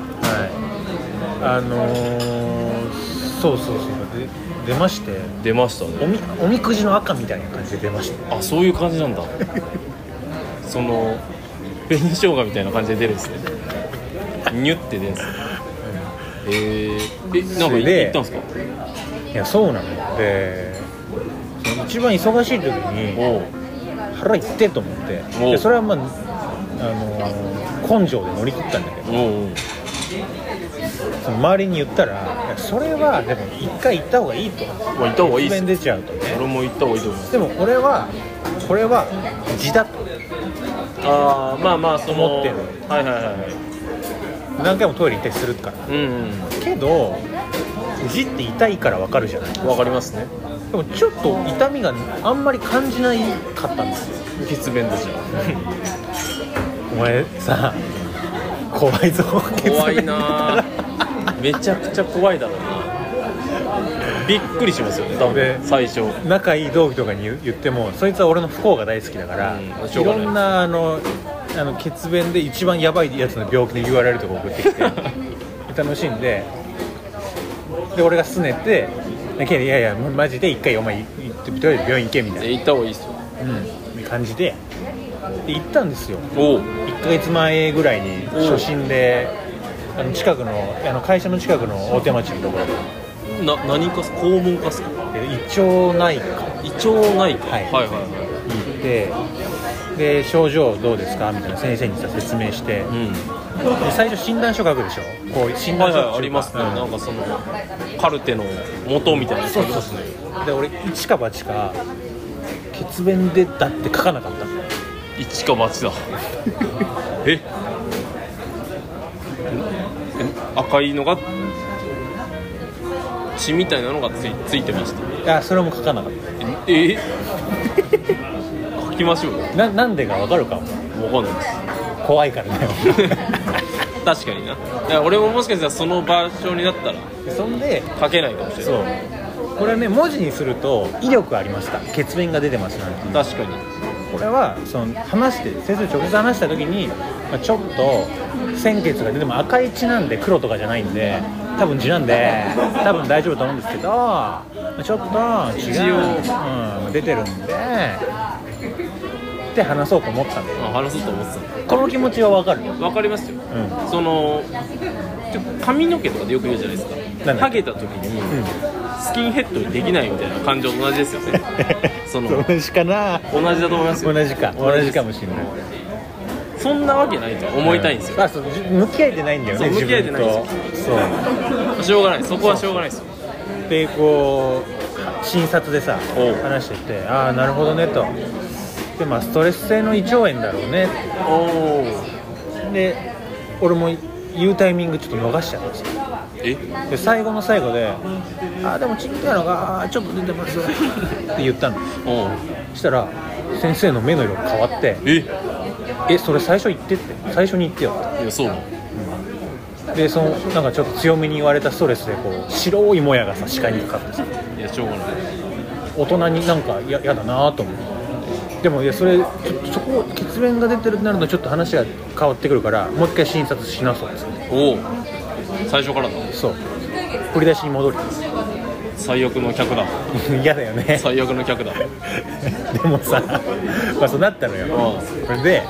S1: あのー、そうそうそうで出まして
S2: 出ました
S1: お
S2: ね
S1: みおみくじの赤みたいな感じで出ました
S2: あそういう感じなんだその紅生姜みたいな感じで出るんですねニュって出るんですねえー、えなん
S1: そ
S2: か
S1: れ
S2: い
S1: で
S2: 行ったんですか
S1: いやそうなのでその一番忙しい時に
S2: おう
S1: 腹いってと思って
S2: おう
S1: でそれはまあ、あのー根性で乗り切ったんだけど
S2: おうおう
S1: その周りに言ったらいやそれはでも一回行った方がいいと
S2: まあ行った方がいいっす
S1: 面出ちゃうとね
S2: 俺も行った方がいいと思います
S1: でも俺はこれは地だと
S2: ああまあまあその
S1: 思ってる
S2: はいはいはいはい
S1: 何回もトイレ行ったりするから
S2: うん
S1: けど地って痛いから分かるじゃないで
S2: うんわかりますね
S1: もちょっと痛みがあんまり感じないかったんですよ
S2: 血便でじゃ
S1: お前さ怖いぞ
S2: 怖いなーめちゃくちゃ怖いだろうなびっくりしますよね多
S1: で
S2: 分最初
S1: 仲いい同期とかに言ってもそいつは俺の不幸が大好きだから、
S2: うんしょ
S1: いう
S2: がな
S1: ろ
S2: い
S1: んなあのあの血便で一番やばいやつの病気の URL とか送って きて楽しんでで俺が拗ねてでケンにいやいやマジで一回お前行ってとりあえず病院行けみたいな、
S2: 行った方がいいっすよ
S1: うん、感じでで行ったんですよ
S2: お
S1: 1
S2: お
S1: ヶ月前ぐらいに
S2: うん
S1: 初心で、あの近くのあの会社の近くの大手町のところ
S2: な何かす肛門かすか
S1: で胃腸内科
S2: 胃腸内科、
S1: はい
S2: はいは
S1: 行ってで症状どうですかみたいな先生にさ説明して、
S2: いうん
S1: で最初診断書書くでしょこう診
S2: は
S1: 断書っていうか
S2: いはいありますね、
S1: うん
S2: なんかそのカルテの元みたいなやつ
S1: そ
S2: あ
S1: う
S2: り
S1: そう
S2: ます
S1: そ
S2: ね
S1: うで俺一か八か血便でだって書かなかった
S2: 一か八だ ええ赤いのが血みたいなのがついついてました
S1: いやそれも書かなかっ
S2: ええ 書きましょうよ
S1: たななんでかわかるかも
S2: わかんないです
S1: 怖いから ね
S2: 確かになだから俺ももしかしたらその場所になったら
S1: でそんで
S2: 書けないかもしれ
S1: そ
S2: な
S1: うこれね文字にすると威力ありました血便が出てますなんていう
S2: い確かに
S1: これはその話して先生と直接話した時に、まあ、ちょっと鮮血が出ても赤い血なんで黒とかじゃないんで多分血なんで多分大丈夫と思うんですけどまあちょっと血が、うん、出てるんでって話そうと思ったんだよ
S2: あ話そうと思って
S1: この気持ちはわかる
S2: たわかりますよ
S1: うん
S2: そのちょ髪の毛とかでよく言うじゃないですか
S1: 何
S2: ハゲた時に、スキンヘッドにできないみたいな感情と同じですよ ねその
S1: 同じかな
S2: 同じだと思いますよ
S1: 同じか同じかもしれない
S2: そんなわけないと思いたいんですよ、
S1: あそうじ向き合えてないんだよね
S2: そう向き合えてないんですよ
S1: 自分とそう
S2: しょうがないそこはしょうがないですよ
S1: でこう診察でさ
S2: おう
S1: 話しててああなるほどねとでまあストレス性の胃腸炎だろうね
S2: おお
S1: で俺も言うタイミングちょっと逃しちゃったんですよ
S2: え
S1: で最後の最後で「ああでもちっちゃいのがあーちょっと出てます」って言ったの
S2: おう
S1: そしたら先生の目の色が変わって
S2: えい
S1: 「えそれ最初言って」って最初に言ってよっ
S2: やそうなの
S1: てでそのなんかちょっと強めに言われたストレスでこう白いもやがさ視界にかかってさ
S2: いやしょうがない
S1: 大人になんかややだなと思ってでもいやそれちょそこ血便が出てるってなるとちょっと話が変わってくるからもう一回診察しなそうですね
S2: おお最初からだ
S1: そう振り出しに戻り
S2: 最悪の客だ
S1: 嫌だよね
S2: 最悪の客だ
S1: でもさまあそうなったのよ
S2: あ
S1: それで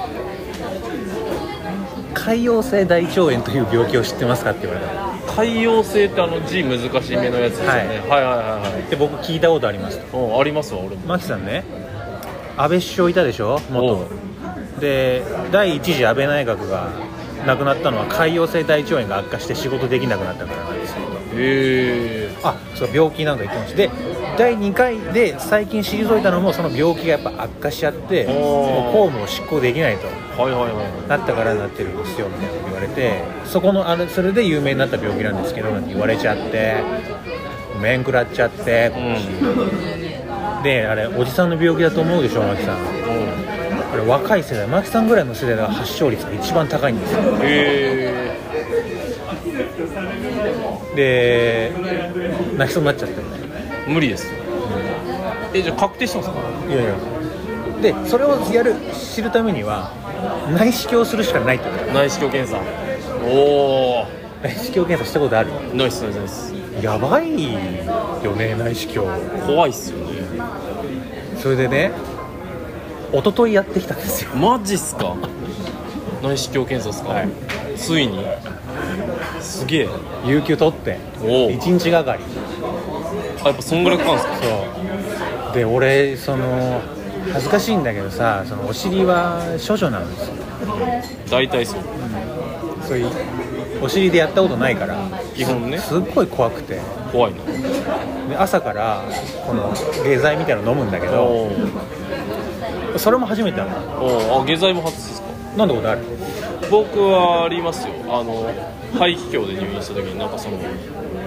S1: 潰瘍性大腸炎という病気を知ってますかって言われたの
S2: 海洋性ってあの字難しい目のやつですよね、
S1: は
S2: はいい、はいはいはい
S1: で僕聞いたことあります
S2: うんありますわ俺も
S1: マキさんね安倍首相いたでしょ
S2: お
S1: 元
S2: う
S1: で第1次安倍内閣が亡くなったのは潰瘍性大腸炎が悪化して仕事できなくなったからなんですけど
S2: へえ
S1: あそう病気なんか言ってましたで第2回で最近退いたのもその病気がやっぱ悪化しちゃって
S2: おー
S1: もう公務を執行できないと
S2: はいはいはい
S1: なったからなってるんですよみたいなこと言われてそこのあれそれで有名になった病気なんですけどなんて言われちゃって面食らっちゃって
S2: うん
S1: であれおじさんの病気だと思うでしょマキさんこれ若い世代マキさんぐらいの世代が発症率が一番高いんですよ
S2: うんへ
S1: で泣きそうになっちゃってい
S2: え無理ですえじゃあ確定したんですか
S1: やいやでそれをやる知るためには内視鏡をするしかないってこと
S2: 内視鏡検査おお
S1: 内視鏡検査したことある
S2: ナイスナイスナイス
S1: やばいよね内視鏡
S2: 怖いっすよね
S1: それでね一昨日やってきたんですよ
S2: マジっすか内視鏡検査っすか、
S1: はい
S2: ついにすげえ
S1: 有給取って
S2: おお
S1: 一日がかり
S2: あやっぱそんぐらいかかるんすか
S1: そうで俺その恥ずかしいんだけどさそのお尻は処女なんですよ
S2: 大体そう
S1: そういうお尻でやったことないから
S2: 基本ね
S1: すっごい怖くて
S2: 怖いな
S1: で朝からこの下剤みたいなの飲むんだけど
S2: おー
S1: それも初めてだな
S2: おーあ下剤も外すっすか
S1: 飲んだことある
S2: 僕はありますよあの肺気胸で入院した時になんかその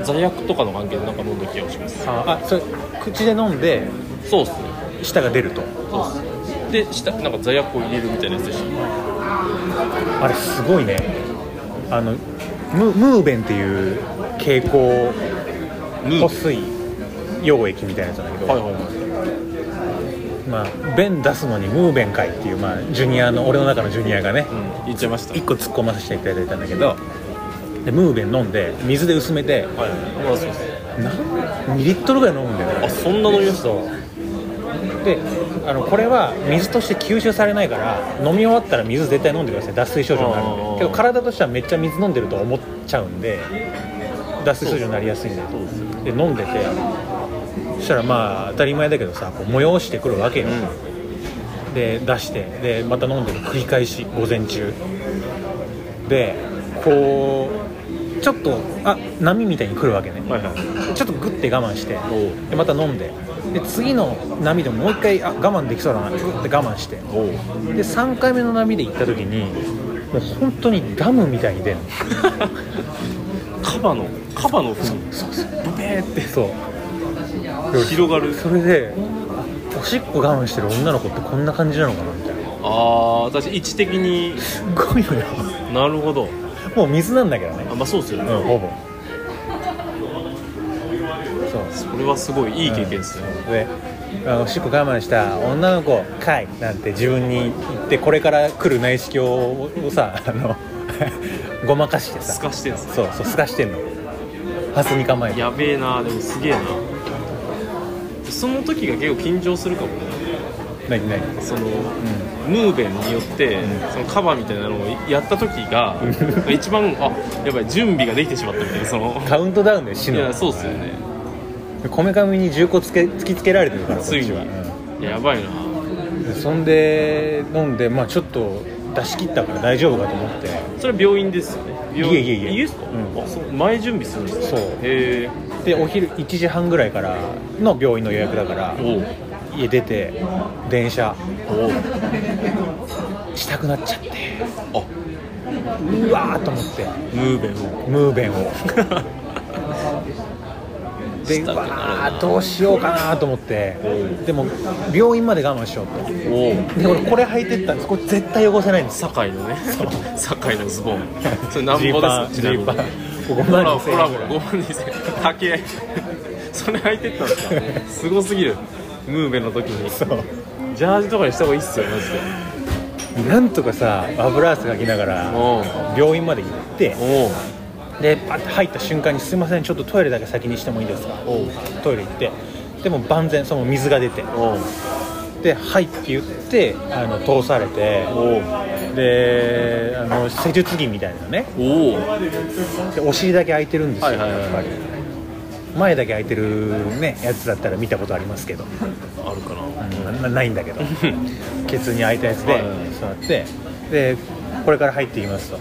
S2: 座薬とかの関係でなんか飲んだ気がします
S1: ああそれ口で飲んで
S2: そうっすね
S1: 舌が出ると
S2: そうっすで下なんか座薬を入れるみたいなやつでした
S1: あれすごいねあのムムーベンっていう蛍光
S2: ムーベン
S1: 補水溶液みたいなやつなんだけど、
S2: はいはいはい
S1: まあ、弁出すのにムーベンかいっていう、まあ、ジュニアの俺の中のジュニアがね
S2: うん、言っちゃいました
S1: 1個突っ込ませていただいたんだけどでムーベン飲んで水で薄めて
S2: はいまあそうです
S1: 何2リットルぐらい飲むんだよね
S2: あそんな飲みました
S1: であのこれは水として吸収されないから飲み終わったら水絶対飲んでください脱水症状になるん
S2: あ
S1: で
S2: ー
S1: けど体としてはめっちゃ水飲んでると思っちゃうんで脱水症状になりやすいんだよ
S2: そうです
S1: で飲んでてそしたらまあ当たり前だけどさこう催してくるわけよ、で出してでまた飲んでる繰り返し午前中でこうちょっとあ波みたいに来るわけね
S2: はいはい
S1: ちょっとグッて我慢して
S2: おう
S1: でまた飲んでで次の波でももう一回あ我慢できそうだなグッて我慢してで
S2: おう
S1: 3回目の波で行った時にもう本当にダムみたいに出るの
S2: カバのカバの風
S1: そうそうブベーってそう
S2: 広がる
S1: それであおしっこ我慢してる女の子ってこんな感じなのかなみたいな
S2: ああー私位置的に
S1: すっごいのよ
S2: なるほど
S1: もう水なんだけどね
S2: あまあそうですよね、
S1: うんほぼそう
S2: これはすごいいい経験ですね、
S1: であおしっこ我慢した女の子かいなんて自分に言ってこれから来る内視鏡をさあの ごまかして
S2: 透
S1: さ
S2: かしてるんですね
S1: そうそうすかしてんの蓮に構えて
S2: やべえなでもすげえなその時が結構緊張するかもね
S1: 何何
S2: その、ムーベンによって、そのカバーみたいなのをやった時が一番あやばい準備ができてしまったみたいなその
S1: カウントダウンで死
S2: い
S1: ぬ
S2: やそうっすよね
S1: こめかみに銃口つけ突きつけられてるから
S2: ついに
S1: こっちは
S2: やばいな
S1: うんでそんで飲んでまあちょっと出し切ったから大丈夫かと思って
S2: それは病院ですよね病院
S1: いえいえいえ
S2: 家ですか、
S1: うん
S2: あそう前準備するんです
S1: そ
S2: か
S1: う
S2: へえ
S1: でお昼1時半ぐらいからの病院の予約だから
S2: おう
S1: 家出て電車
S2: おう
S1: したくなっちゃって
S2: あ
S1: うわーと思って
S2: ムーベンを
S1: ムー ベンをで
S2: した
S1: う
S2: くなるな
S1: わーどうしようかなと思って
S2: お
S1: でも病院まで我慢しようと
S2: おう
S1: で俺これ履いてったんですこれ絶対汚せないんです
S2: 堺のね堺のズボンそれなんぼ
S1: ジーパ
S2: で
S1: ン
S2: す
S1: ジ
S2: ちな
S1: ー
S2: みに
S1: パン5
S2: ほら
S1: 万
S2: ほらほ
S1: 円
S2: ら5万2000円高えそれ履いてったんですかすごすぎるムーベンの時に
S1: そう
S2: ジャージとかにした方がいいっすよマジで
S1: なんとかさ油汗かきながら
S2: おう
S1: 病院まで行って
S2: おう
S1: でパッて入った瞬間に「すいませんちょっとトイレだけ先にしてもいいですか?」
S2: おう
S1: トイレ行ってでも万全その水が出て
S2: おう
S1: で「はい」って言ってあの通されて
S2: おう
S1: であの施術着みたいなのね
S2: おう
S1: でお尻だけ空いてるんですよ、
S2: はいはいはい
S1: やっぱり前だけ空いてる、ね、やつだったら見たことありますけど、
S2: あるか
S1: な
S2: な
S1: なないんだけ どケツに空いたやつで
S2: はいはい
S1: 座ってでこれから入っていきますと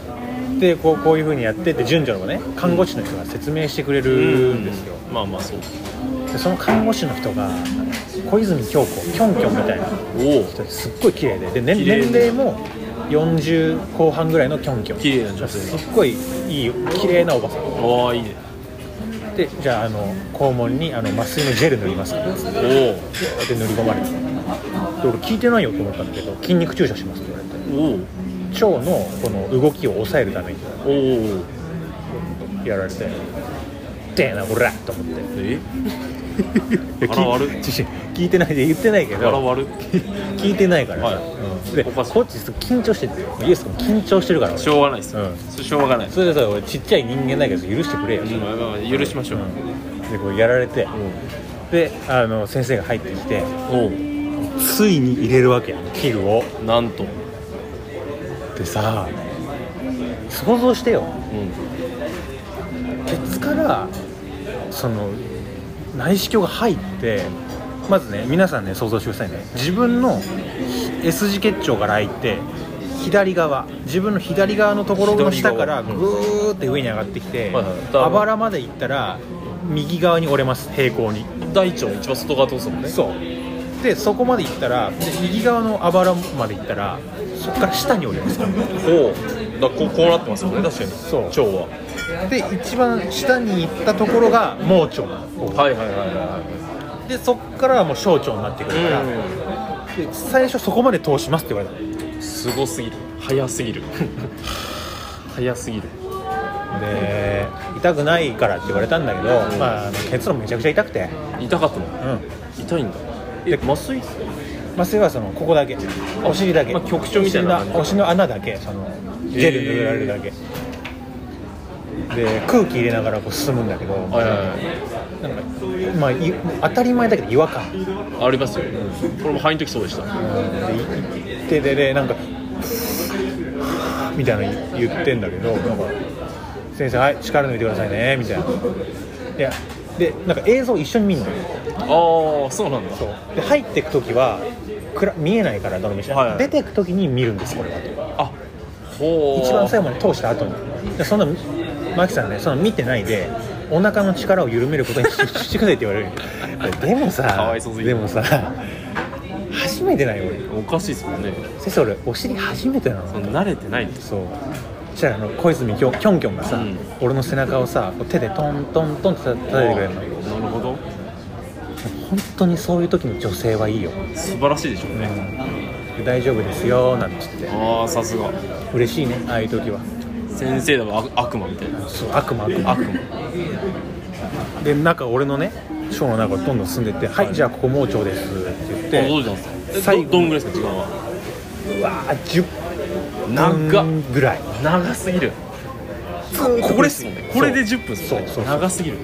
S1: でこうこういうふうにやってって順序のね看護師の人が説明してくれるんですよ、
S2: まあまあそう
S1: でその看護師の人が小泉京子キョンキョンみたいな
S2: おお
S1: 人ですっごい綺麗でで年
S2: 綺麗
S1: 年齢も40後半ぐらいのキョンキョン
S2: 綺麗な女性
S1: す
S2: が
S1: っごいいい綺麗なおばさん
S2: ああいいね
S1: でじゃああの肛門にあの麻酔のジェル塗りますからって
S2: お
S1: 塗
S2: う
S1: り込まれてで俺聞いてないよと思ったんだけど筋肉注射しますって言われ
S2: おう
S1: て腸のこの動きを抑えるために
S2: おう
S1: やられてでなこらと思って
S2: え
S1: いや
S2: 腹
S1: 聞
S2: 割
S1: い
S2: る
S1: 違う聞いてないで言ってないけど
S2: 腹割る
S1: 聞いてないからさ、
S2: はい
S1: うんで
S2: お
S1: こ
S2: か
S1: っ
S2: し
S1: ち
S2: い
S1: 緊張してるイエス君緊張してるから俺
S2: しょうがないっす
S1: うん
S2: それしょうがない
S1: それでさ俺ちっちゃい人間だけど許してくれよ、
S2: うんまあまあ許しましょう
S1: うんでこうやられてであの先生が入ってきて
S2: おう
S1: ついに入れるわけやん器具を
S2: なんと
S1: でさ想像してよ
S2: うん
S1: ケツからその内視鏡が入ってまずね皆さんね想像してくださいね自分の S 字結腸から入って左側自分の左側のところの下から
S2: 左側
S1: ぐーって上に上がってきて
S2: はいはい
S1: あばらまで行ったら右側に折れます平行に
S2: 大腸の一番外側通すもんね
S1: そうでそこまで行ったらで右側のあばらまで行ったらそこから下に折れます
S2: ほうだからこうこうなってますもんね確かに
S1: そう
S2: 腸は
S1: で一番下に行ったところが盲腸なのここ
S2: はいはいはいは
S1: でそっからはもう小腸になってくるから、で最初そこまで通しますって言われ
S2: うんすごすぎる早すぎ る早すぎる
S1: たで痛くないからって言われたんだけど、まああの結論めちゃくちゃ痛くて
S2: 痛かったの
S1: うん
S2: 痛いんだえ麻酔
S1: 麻酔はそのここだけお尻だけ、
S2: まあ局所みたい
S1: お
S2: な感じ
S1: 尻のお尻の穴だけそのジェル塗られるだけ、で空気入れながらこう進むんだけど、
S2: はいはいはい
S1: なんかまあい当たり前だけど違和感
S2: ありますよ、これも肺の時そうでしたは
S1: で行ってででなんかみたいなの言ってんだけどなんか先生はい力抜いてくださいねみたいないやでなんか映像一緒に見んのよ
S2: ああそうなんだ
S1: そうで入ってく時は暗見えないからどの道、
S2: はいはい
S1: 出てく時に見るんですこれは
S2: あほう
S1: 一番最後まで通した後にでそんなマキさんねその見てないでお腹の力を緩めることに 集中してくれって言われるでもさ
S2: かわいそうすぎる
S1: でもさ初めてない俺
S2: おかしいですもんね
S1: 先生俺お尻初めてなの
S2: その慣れてないんです
S1: そうそしたらあの小泉きょんきょんきょんがさ、
S2: うん
S1: 俺の背中をさこう手でトントントンって叩いてくれるの
S2: なる
S1: 本
S2: ほど
S1: 当にそういう時の女性はいいよ、
S2: 素晴らしいでしょうね、
S1: で大丈夫ですよなんて言って
S2: ああさすが
S1: 嬉しいねああいう時は
S2: 先生だわ悪悪魔みたいな
S1: そう悪魔悪魔
S2: 悪魔
S1: で中俺のねショーの中をどんどん進んでって「はい、じゃあここ盲腸です」って
S2: あど
S1: 言
S2: う
S1: っ
S2: じゃんすか
S1: 最
S2: え
S1: 後
S2: どどんぐらいですか時間は
S1: てうわー10
S2: 長っ
S1: 分ぐらい
S2: 長すぎるこれっすもんねこれで10分っすもんね
S1: そうそうそう
S2: 長すぎる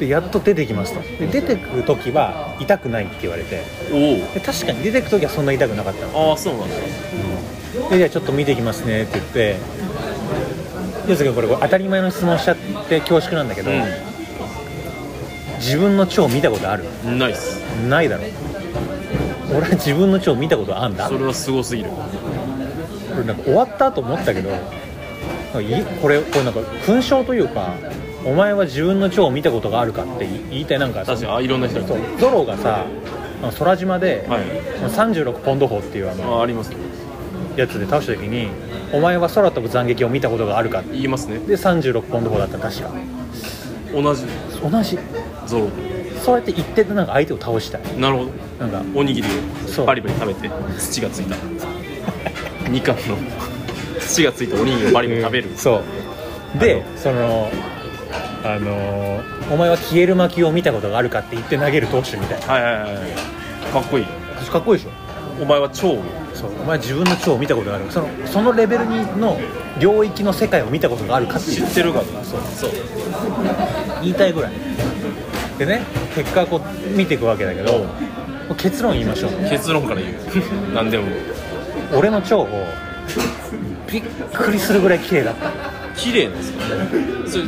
S1: でやっと出てきますとで出てくる時は痛くないって言われて
S2: お
S1: で確かに出てく時はそんな痛くなかったの
S2: おああそうなんだ
S1: でじゃあちょっと見てきますねって言って要するにこれ当たり前の質問しちゃって恐縮なんだけど、自分の腸見たことある
S2: うんナイス
S1: ないだろ俺は自分の腸見たことあんだ
S2: それはすごすぎる
S1: 俺なんか終わったと思ったけどなんかいこれこれなんか勲章というかお前は自分の腸を見たことがあるかって言い言いたいなんか
S2: 確かにあいろんな人が
S1: そうゾロがさあの空島で、
S2: はい
S1: 36ポンド砲っていうあ
S2: あ
S1: の
S2: ーありますね
S1: やつで倒した時にお前は空飛ぶ斬撃を見たことがあるかって
S2: 言いますね
S1: で36ポンド砲だった確か
S2: 同じ
S1: 同じ
S2: ゾロ
S1: そうやって言っててなんか相手を倒したい
S2: なるほ
S1: なんか
S2: どおにぎり
S1: そ
S2: を
S1: う
S2: バリバリ食べて土がついたみかんの土がついたおにぎりをバリバリ食べる
S1: うんそうでそのあのーお前は消える魔球を見たことがあるかって言って投げる投手みたいな
S2: はいはいはいはいかっこいい
S1: かっこいいでしょ
S2: お前は超
S1: そうお前自分の腸を見たことがあるそのそのレベルにの領域の世界を見たことがあるかってい
S2: 知
S1: う
S2: ってるから
S1: そう
S2: そう
S1: 言いたいぐらいでね結果こう見ていくわけだけど結論言いましょう
S2: 結論から言う何でも
S1: 俺の腸をびっくりするぐらい綺麗だった
S2: 綺麗なんですよそれ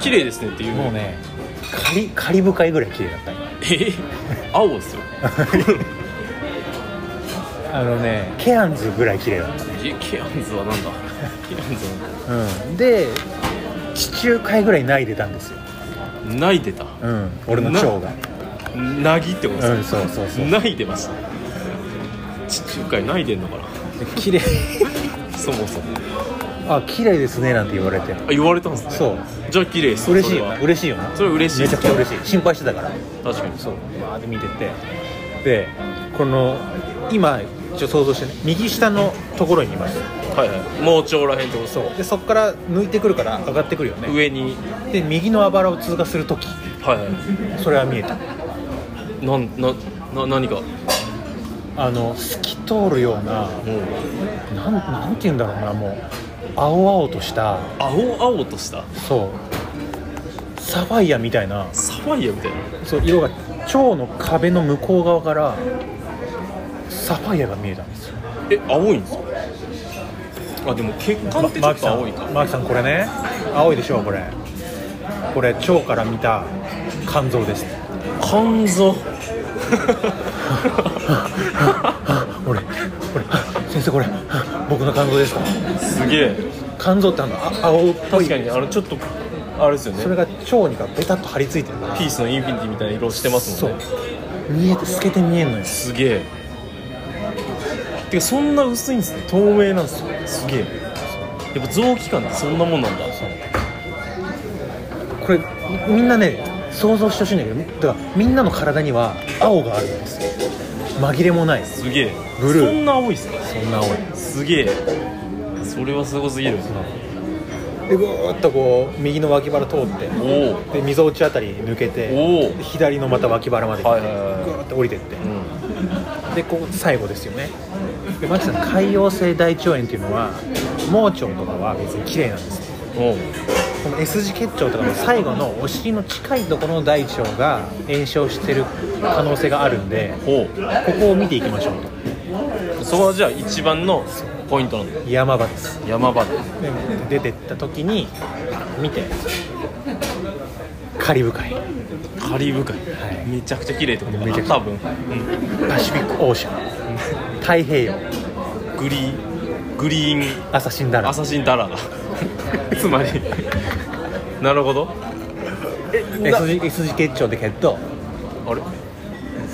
S2: 綺麗ですねっていう
S1: もうねカリカリブ海ぐらい綺麗だった
S2: え 青ですよ
S1: あのねケアンズぐらい綺麗だった
S2: ケケアンズはなんだケアンズは
S1: うんで地中海ぐらい泣いでたんですよ、
S2: 泣いてた
S1: うん、俺の腸が
S2: なぎってことです
S1: う
S2: か、
S1: んそうそうそう
S2: 泣いてます地中海泣いてんのかな
S1: で綺麗
S2: そもそも
S1: あ綺麗ですねなんて言われて
S2: あ言われたんですね
S1: そう
S2: じゃあ綺麗です
S1: 嬉しい
S2: それ
S1: よ
S2: は
S1: 嬉しいよな
S2: それは嬉しい
S1: めちゃくちゃ嬉しい心配してたから
S2: 確かに
S1: そうバーって見ててでこの今ちょっと想像してね右下のところにいます
S2: はいはい盲腸らへんってことです
S1: そうでそこから抜いてくるから上がってくるよね
S2: 上に
S1: で右のあばらを通過するとき
S2: はいはい
S1: それは見えた
S2: なんなな何かも
S1: あの透き通るような
S2: う
S1: なんなんて言うんだろうなもう青々とした
S2: 青々とした
S1: そうサファイアみたいな
S2: サファイアみたいな
S1: そう色が蝶の壁の向こう側からサファイアが見えたんですよ
S2: え青いんですかあでも血管ってちょっと青いか
S1: マーキさんこれね青いでしょこれこれ腸から見た肝臓です
S2: 肝臓
S1: 俺俺先生これ僕の肝臓ですか
S2: すげえ
S1: 肝臓ってあのあ青っぽい
S2: 確かにあのちょっとあれですよ
S1: それ
S2: ね
S1: が腸にかベタっと張り付いてるから
S2: ピースのインフィニティみたいな色してますもんね
S1: そう見えて透けて見えんのよ
S2: すげえてかそんな薄いんですね透明なんですよすげえやっぱ臓器官ってそんなもんなんだ
S1: これみんなね想像してほしいんだけどだからみんなの体には青があるんですよ紛れもないそ
S2: すげえ
S1: ブルー
S2: そんな青いっすね
S1: んな青い
S2: すげえそれはすごすぎる
S1: でぐーっとこう右の脇腹通って
S2: おお
S1: で溝落ちあたり抜けて
S2: おお
S1: で左のまた脇腹まで来て
S2: はいはいはい
S1: ぐーって降りてって
S2: うん
S1: でここ最後ですよねでマキさん潰瘍性大腸炎っていうのは盲腸とかは別に綺麗なんですよ
S2: おう
S1: この S 字結腸とかの最後のお尻の近いところの大腸が炎症してる可能性があるんで
S2: お
S1: ここを見ていきましょう
S2: うそこはじゃあ一番のポイントなんだ
S1: と山場です
S2: 山場だ
S1: で出てった時にパッ見てカリブ海
S2: カリブ海、
S1: い
S2: めちゃくちゃ綺麗ってことか
S1: めちゃ
S2: な
S1: くちゃ
S2: 多分、うん、
S1: パシフィックオーシャン太平洋
S2: グリーングリーン
S1: 朝死んだら
S2: アサシンダ ラだつまりなるほどえ
S1: S 字 S 字結腸で決闘
S2: あれ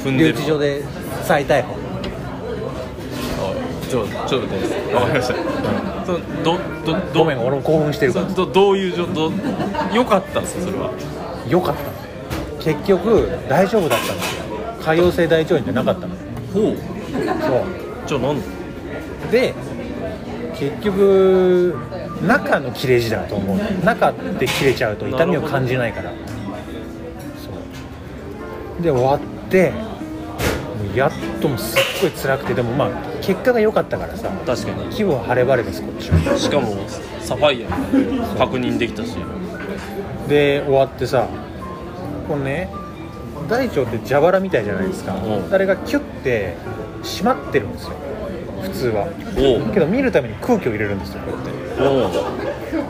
S2: 踏んで
S1: 留
S2: る
S1: 置所で再逮捕
S2: あちょちょっと待ってわかりましたそのどどど
S1: ごめん俺も興奮してるか
S2: そ
S1: ら
S2: のどどういう状どよかったんですかそれは
S1: よかったの結局大丈夫だったんですよ潰瘍性大腸炎じゃなかったの
S2: ほう
S1: そ
S2: じゃあなん
S1: うで結局中の切れ字だと思う中で切れちゃうと痛みを感じないからそうで終わってもうやっともうすっごい辛くてでもまあ結果が良かったからさ
S2: 確かに
S1: 気分晴れ晴れですこっちは
S2: しかもサファイアも確認できたし
S1: で終わってさこのね大腸って蛇腹みたいじゃないですか
S2: うん
S1: あれがキュッて締まってるんですよ普通は
S2: おう
S1: けど見るために空気を入れるんですよこうや
S2: お
S1: っ
S2: う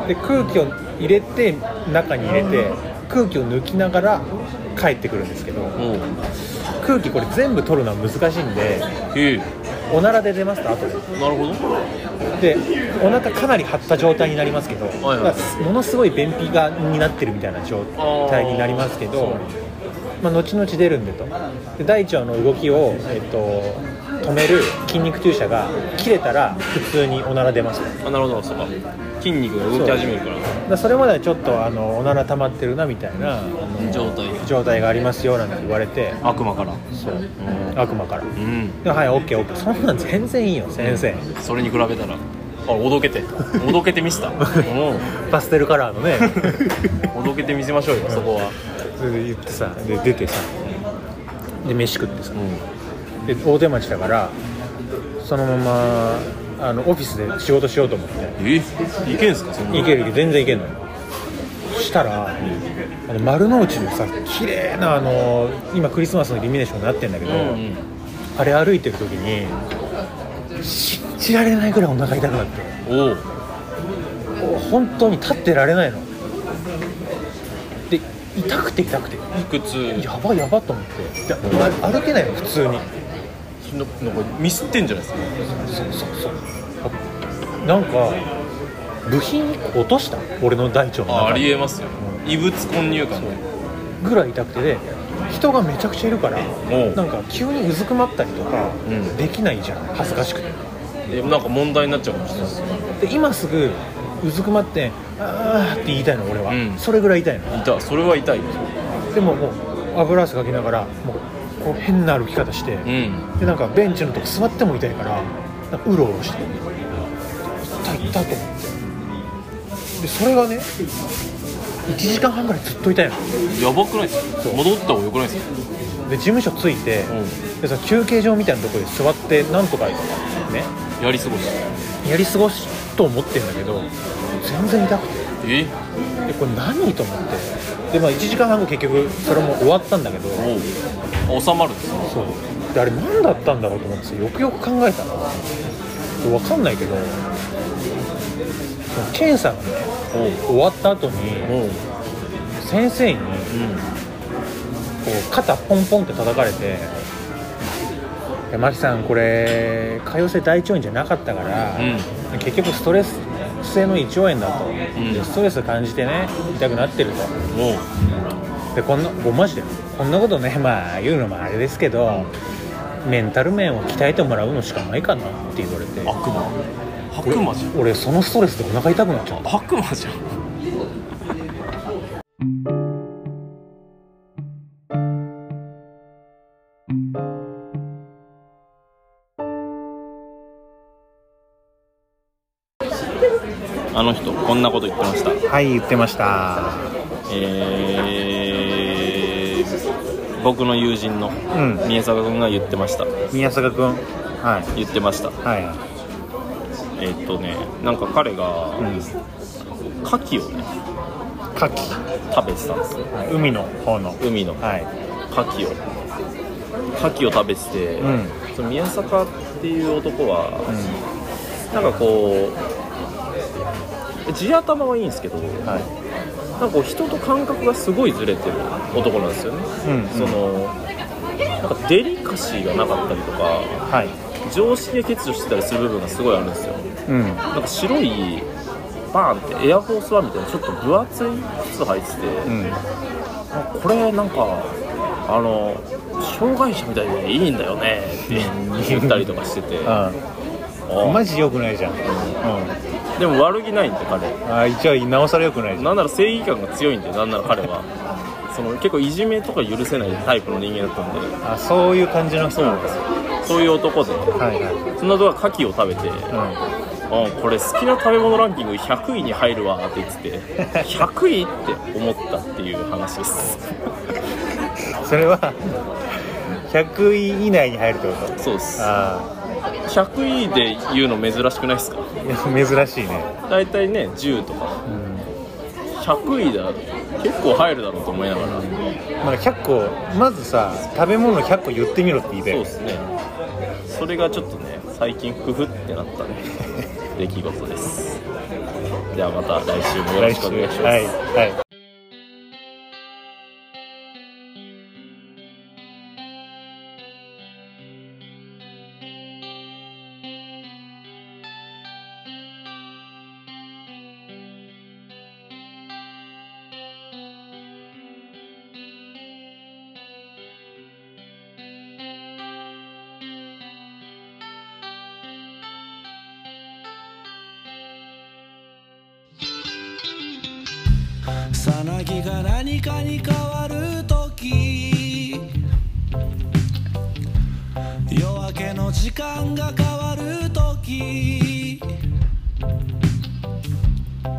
S1: てで空気を入れて中に入れて空気を抜きながら帰ってくるんですけど
S2: おう
S1: 空気これ全部取るのは難しいんで
S2: へえ
S1: おならで出ますと後で
S2: なるほど
S1: でお腹かなり張った状態になりますけど、
S2: はいはい
S1: だからものすごい便秘がになってるみたいな状態になりますけど
S2: あーそ
S1: まあ、後々出るんでとで大腸の動きを、えっと止める筋肉注射が切れたら普通におなら出ますとだか
S2: あなるほどそうか筋肉が動き始めるから
S1: らそれまではちょっとあのおなら溜まってるなみたいなあの
S2: 状態が
S1: 状態がありますよなんて言われて
S2: 悪魔から
S1: そう
S2: うん
S1: 悪魔から
S2: うん
S1: ではい OKOK そんなん全然いいよ先生
S2: それに比べたらあおどけ ておどけてみ せたう
S1: パステルカラーのね
S2: んおどけてみせましょうよそこは
S1: それで言ってさで出てさで飯食ってさ
S2: う
S1: で大手町だからそのままあのオフィスで仕事しようと思って
S2: んえいけんすかそんな
S1: 行けるけど全然行けんのよそしたらあの丸の内のさ綺麗なあの今クリスマスのイルミネーションになってんだけど、
S2: うんうん
S1: あれ歩いてる時に信じられないぐらいお腹痛くなって
S2: おう
S1: 本当に立ってられないので痛くて痛くて
S2: 腹痛
S1: やばいやばと思ってであ歩けないの普通に
S2: そんななんかミスってんじゃないですか
S1: そうそうそうあなんか部品1個落とした俺の大腸の
S2: あ
S1: 中
S2: あ
S1: に
S2: りえますよ異物混入感で
S1: ぐらい痛くてで人がめちゃくちゃいるから
S2: おう
S1: なんか急にうずくまったりとか
S2: うん
S1: できないじゃん恥ずかしくて
S2: えなんか問題になっちゃうかもしれないです
S1: で今すぐうずくまってあーって言いたいの俺は、
S2: うん
S1: それぐらい痛いの
S2: 痛いそれは痛いよ
S1: でももう油汗かきながらもうこう変な歩き方して、
S2: うん
S1: でなんかベンチのとこ座っても痛いからなんかうろうろして痛い痛いと思ってでそれがね1時間半ぐらいずっと痛いの
S2: やばくないですか
S1: そう
S2: 戻った方がよくないですか
S1: で事務所着いて、でその休憩所みたいなところで座ってなんとかね
S2: うんやり過ごし
S1: やり過ごしと思ってんだけど全然痛くて
S2: え
S1: でこれ何と思ってで、まあ、1時間半後結局それも終わったんだけど
S2: おうあ収まるんですか
S1: そうであれ何だったんだろうと思ってよくよく考えたら分かんないけどその検査がね
S2: おう
S1: 終わった後に
S2: おう
S1: 先生にこ
S2: うん
S1: う肩ポンポンって叩かれて「いやマキさんこれ潰瘍性大腸炎じゃなかったから、
S2: う
S1: 結局ストレス性の胃腸炎だと、
S2: ん
S1: でストレス感じてね痛くなってると」
S2: おう
S1: でこんなごマジでこんなことね まあ言うのもあれですけどメンタル面を鍛えてもらうのしかないかなって言われて
S2: 悪魔白魔じゃん
S1: 俺そのストレスでお腹痛くなっちゃった
S2: 悪魔じゃんあの人こんなこと言ってました
S1: はい言ってました
S2: えー僕の友人の
S1: うん
S2: 宮坂君が言ってました
S1: 宮坂君はい
S2: 言ってました
S1: はい
S2: えっとねなんか彼が
S1: うん
S2: 牡蠣をね
S1: 牡蠣
S2: 食べてたんですよ
S1: 海の方の
S2: 海の
S1: はい
S2: 牡蠣を牡蠣を食べてて、
S1: うん
S2: その宮坂っていう男
S1: う
S2: は、
S1: ん
S2: なんかこう地頭はいいんですけどなんか
S1: はい
S2: こう人と感覚がすごいずれてる男なんですよね、
S1: うん
S2: そのなんかデリカシーがなかったりとか
S1: はい
S2: 常識で欠如してたりする部分がすごいあるんですよ
S1: うん
S2: なんか白いバーンってエアフォースワンみたいなちょっと分厚い靴履いて
S1: う
S2: て、
S1: ん
S2: あこれなんかあの障害者みたいでいいんだよねって言ったりとかしてて
S1: う
S2: あ
S1: んマジ良くないじゃんうん
S2: でも悪気ないんで彼
S1: あ一応直され良くないじゃん
S2: なんなら正義感が強いんでなんなら彼はその結構いじめとか許せないタイプの人間だったんで
S1: あそういう感じの人
S2: そう
S1: な
S2: なん
S1: ん
S2: で
S1: です
S2: よそういう男で
S1: はいはい
S2: そんなとこは牡蠣を食べて
S1: う
S2: あこれ好きな食べ物ランキング100位に入るわって言ってて 100位って思ったっていう話です
S1: んそれは100位以内に入るってこ
S2: そうです
S1: とあ
S2: 100位で言うの珍しくないですか
S1: あいや珍しいね
S2: 大体ね10とか
S1: うん
S2: 100位だ結構入るだろうと思いながら、
S1: まあ100個まずさ食べ物100個言ってみろって言いたい
S2: そう
S1: よね
S2: ですねそれがちょっとね最近工夫って なったね出来事ですではまた来週もよろ
S1: 来
S2: しく
S1: 週
S2: お願いします、
S1: はいはい
S3: さなぎが何かに変わる時夜明けの時間が変わる時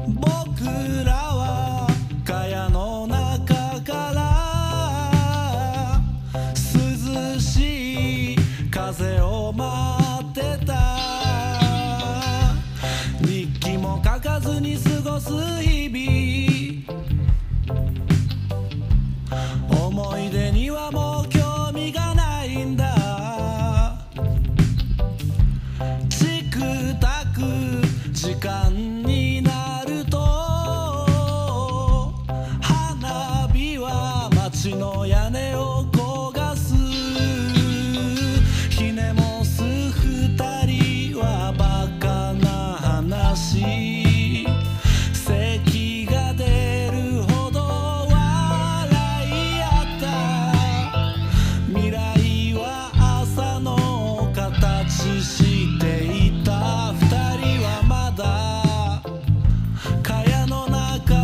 S3: 僕らは蚊帳の中から涼しい風を待ってた日記も書かずに過ごす日々思い出にはもう興味がないんだチクタク時間になると花火は街の屋根を焦がすひねもす二人はバカな話咳が出るほど笑い合った未来は朝の形していた二人はまだ蚊帳の中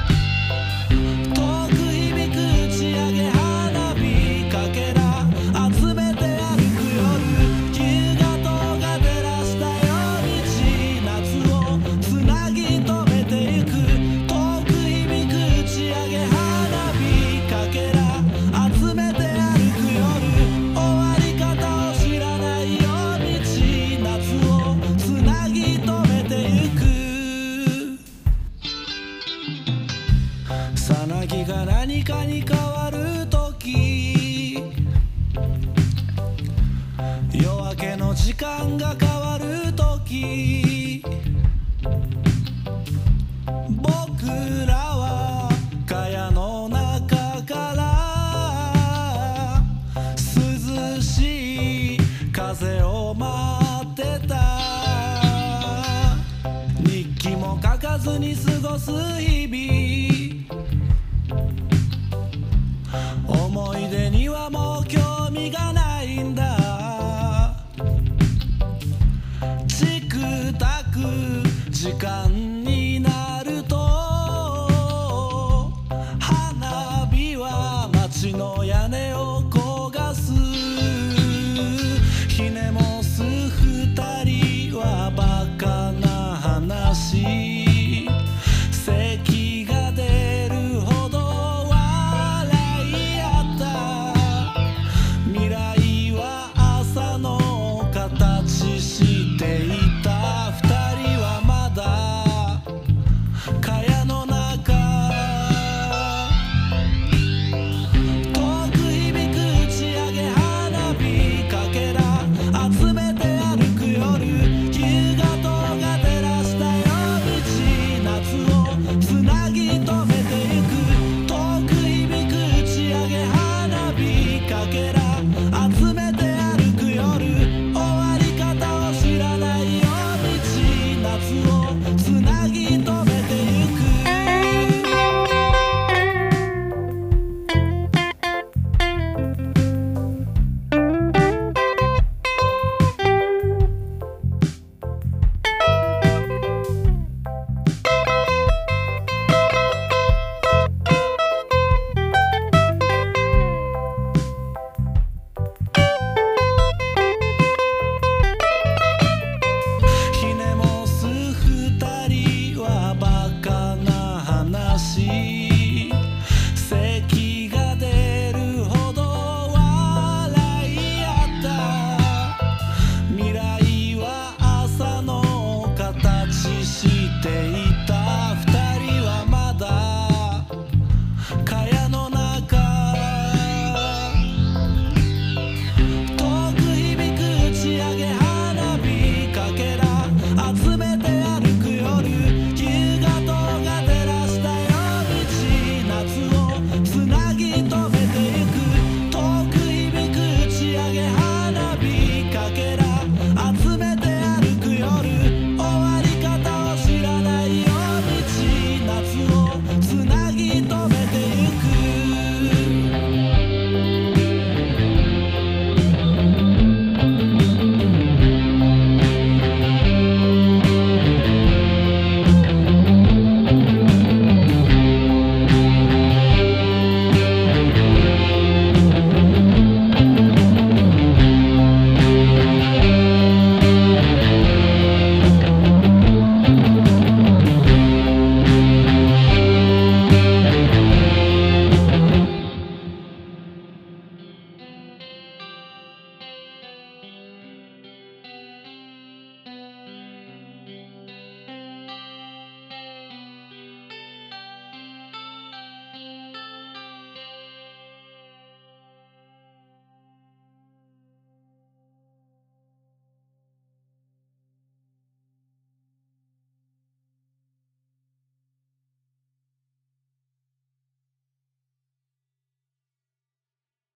S3: 遠く響く打ち上げ花火かけら集めて歩く夜夕方が照らした夜道夏をつなぎ止めてゆく遠く響く打ち上げ花火かけら集めて歩く夜終わり方を知らない夜道夏をつなぎ止めてゆくさなぎが何かに変わる時夜明けの時間が変わる時僕らは蚊帳の中から涼しい風を待ってた日記も書かずに過ごす日々思い出にはもう興味がないんだ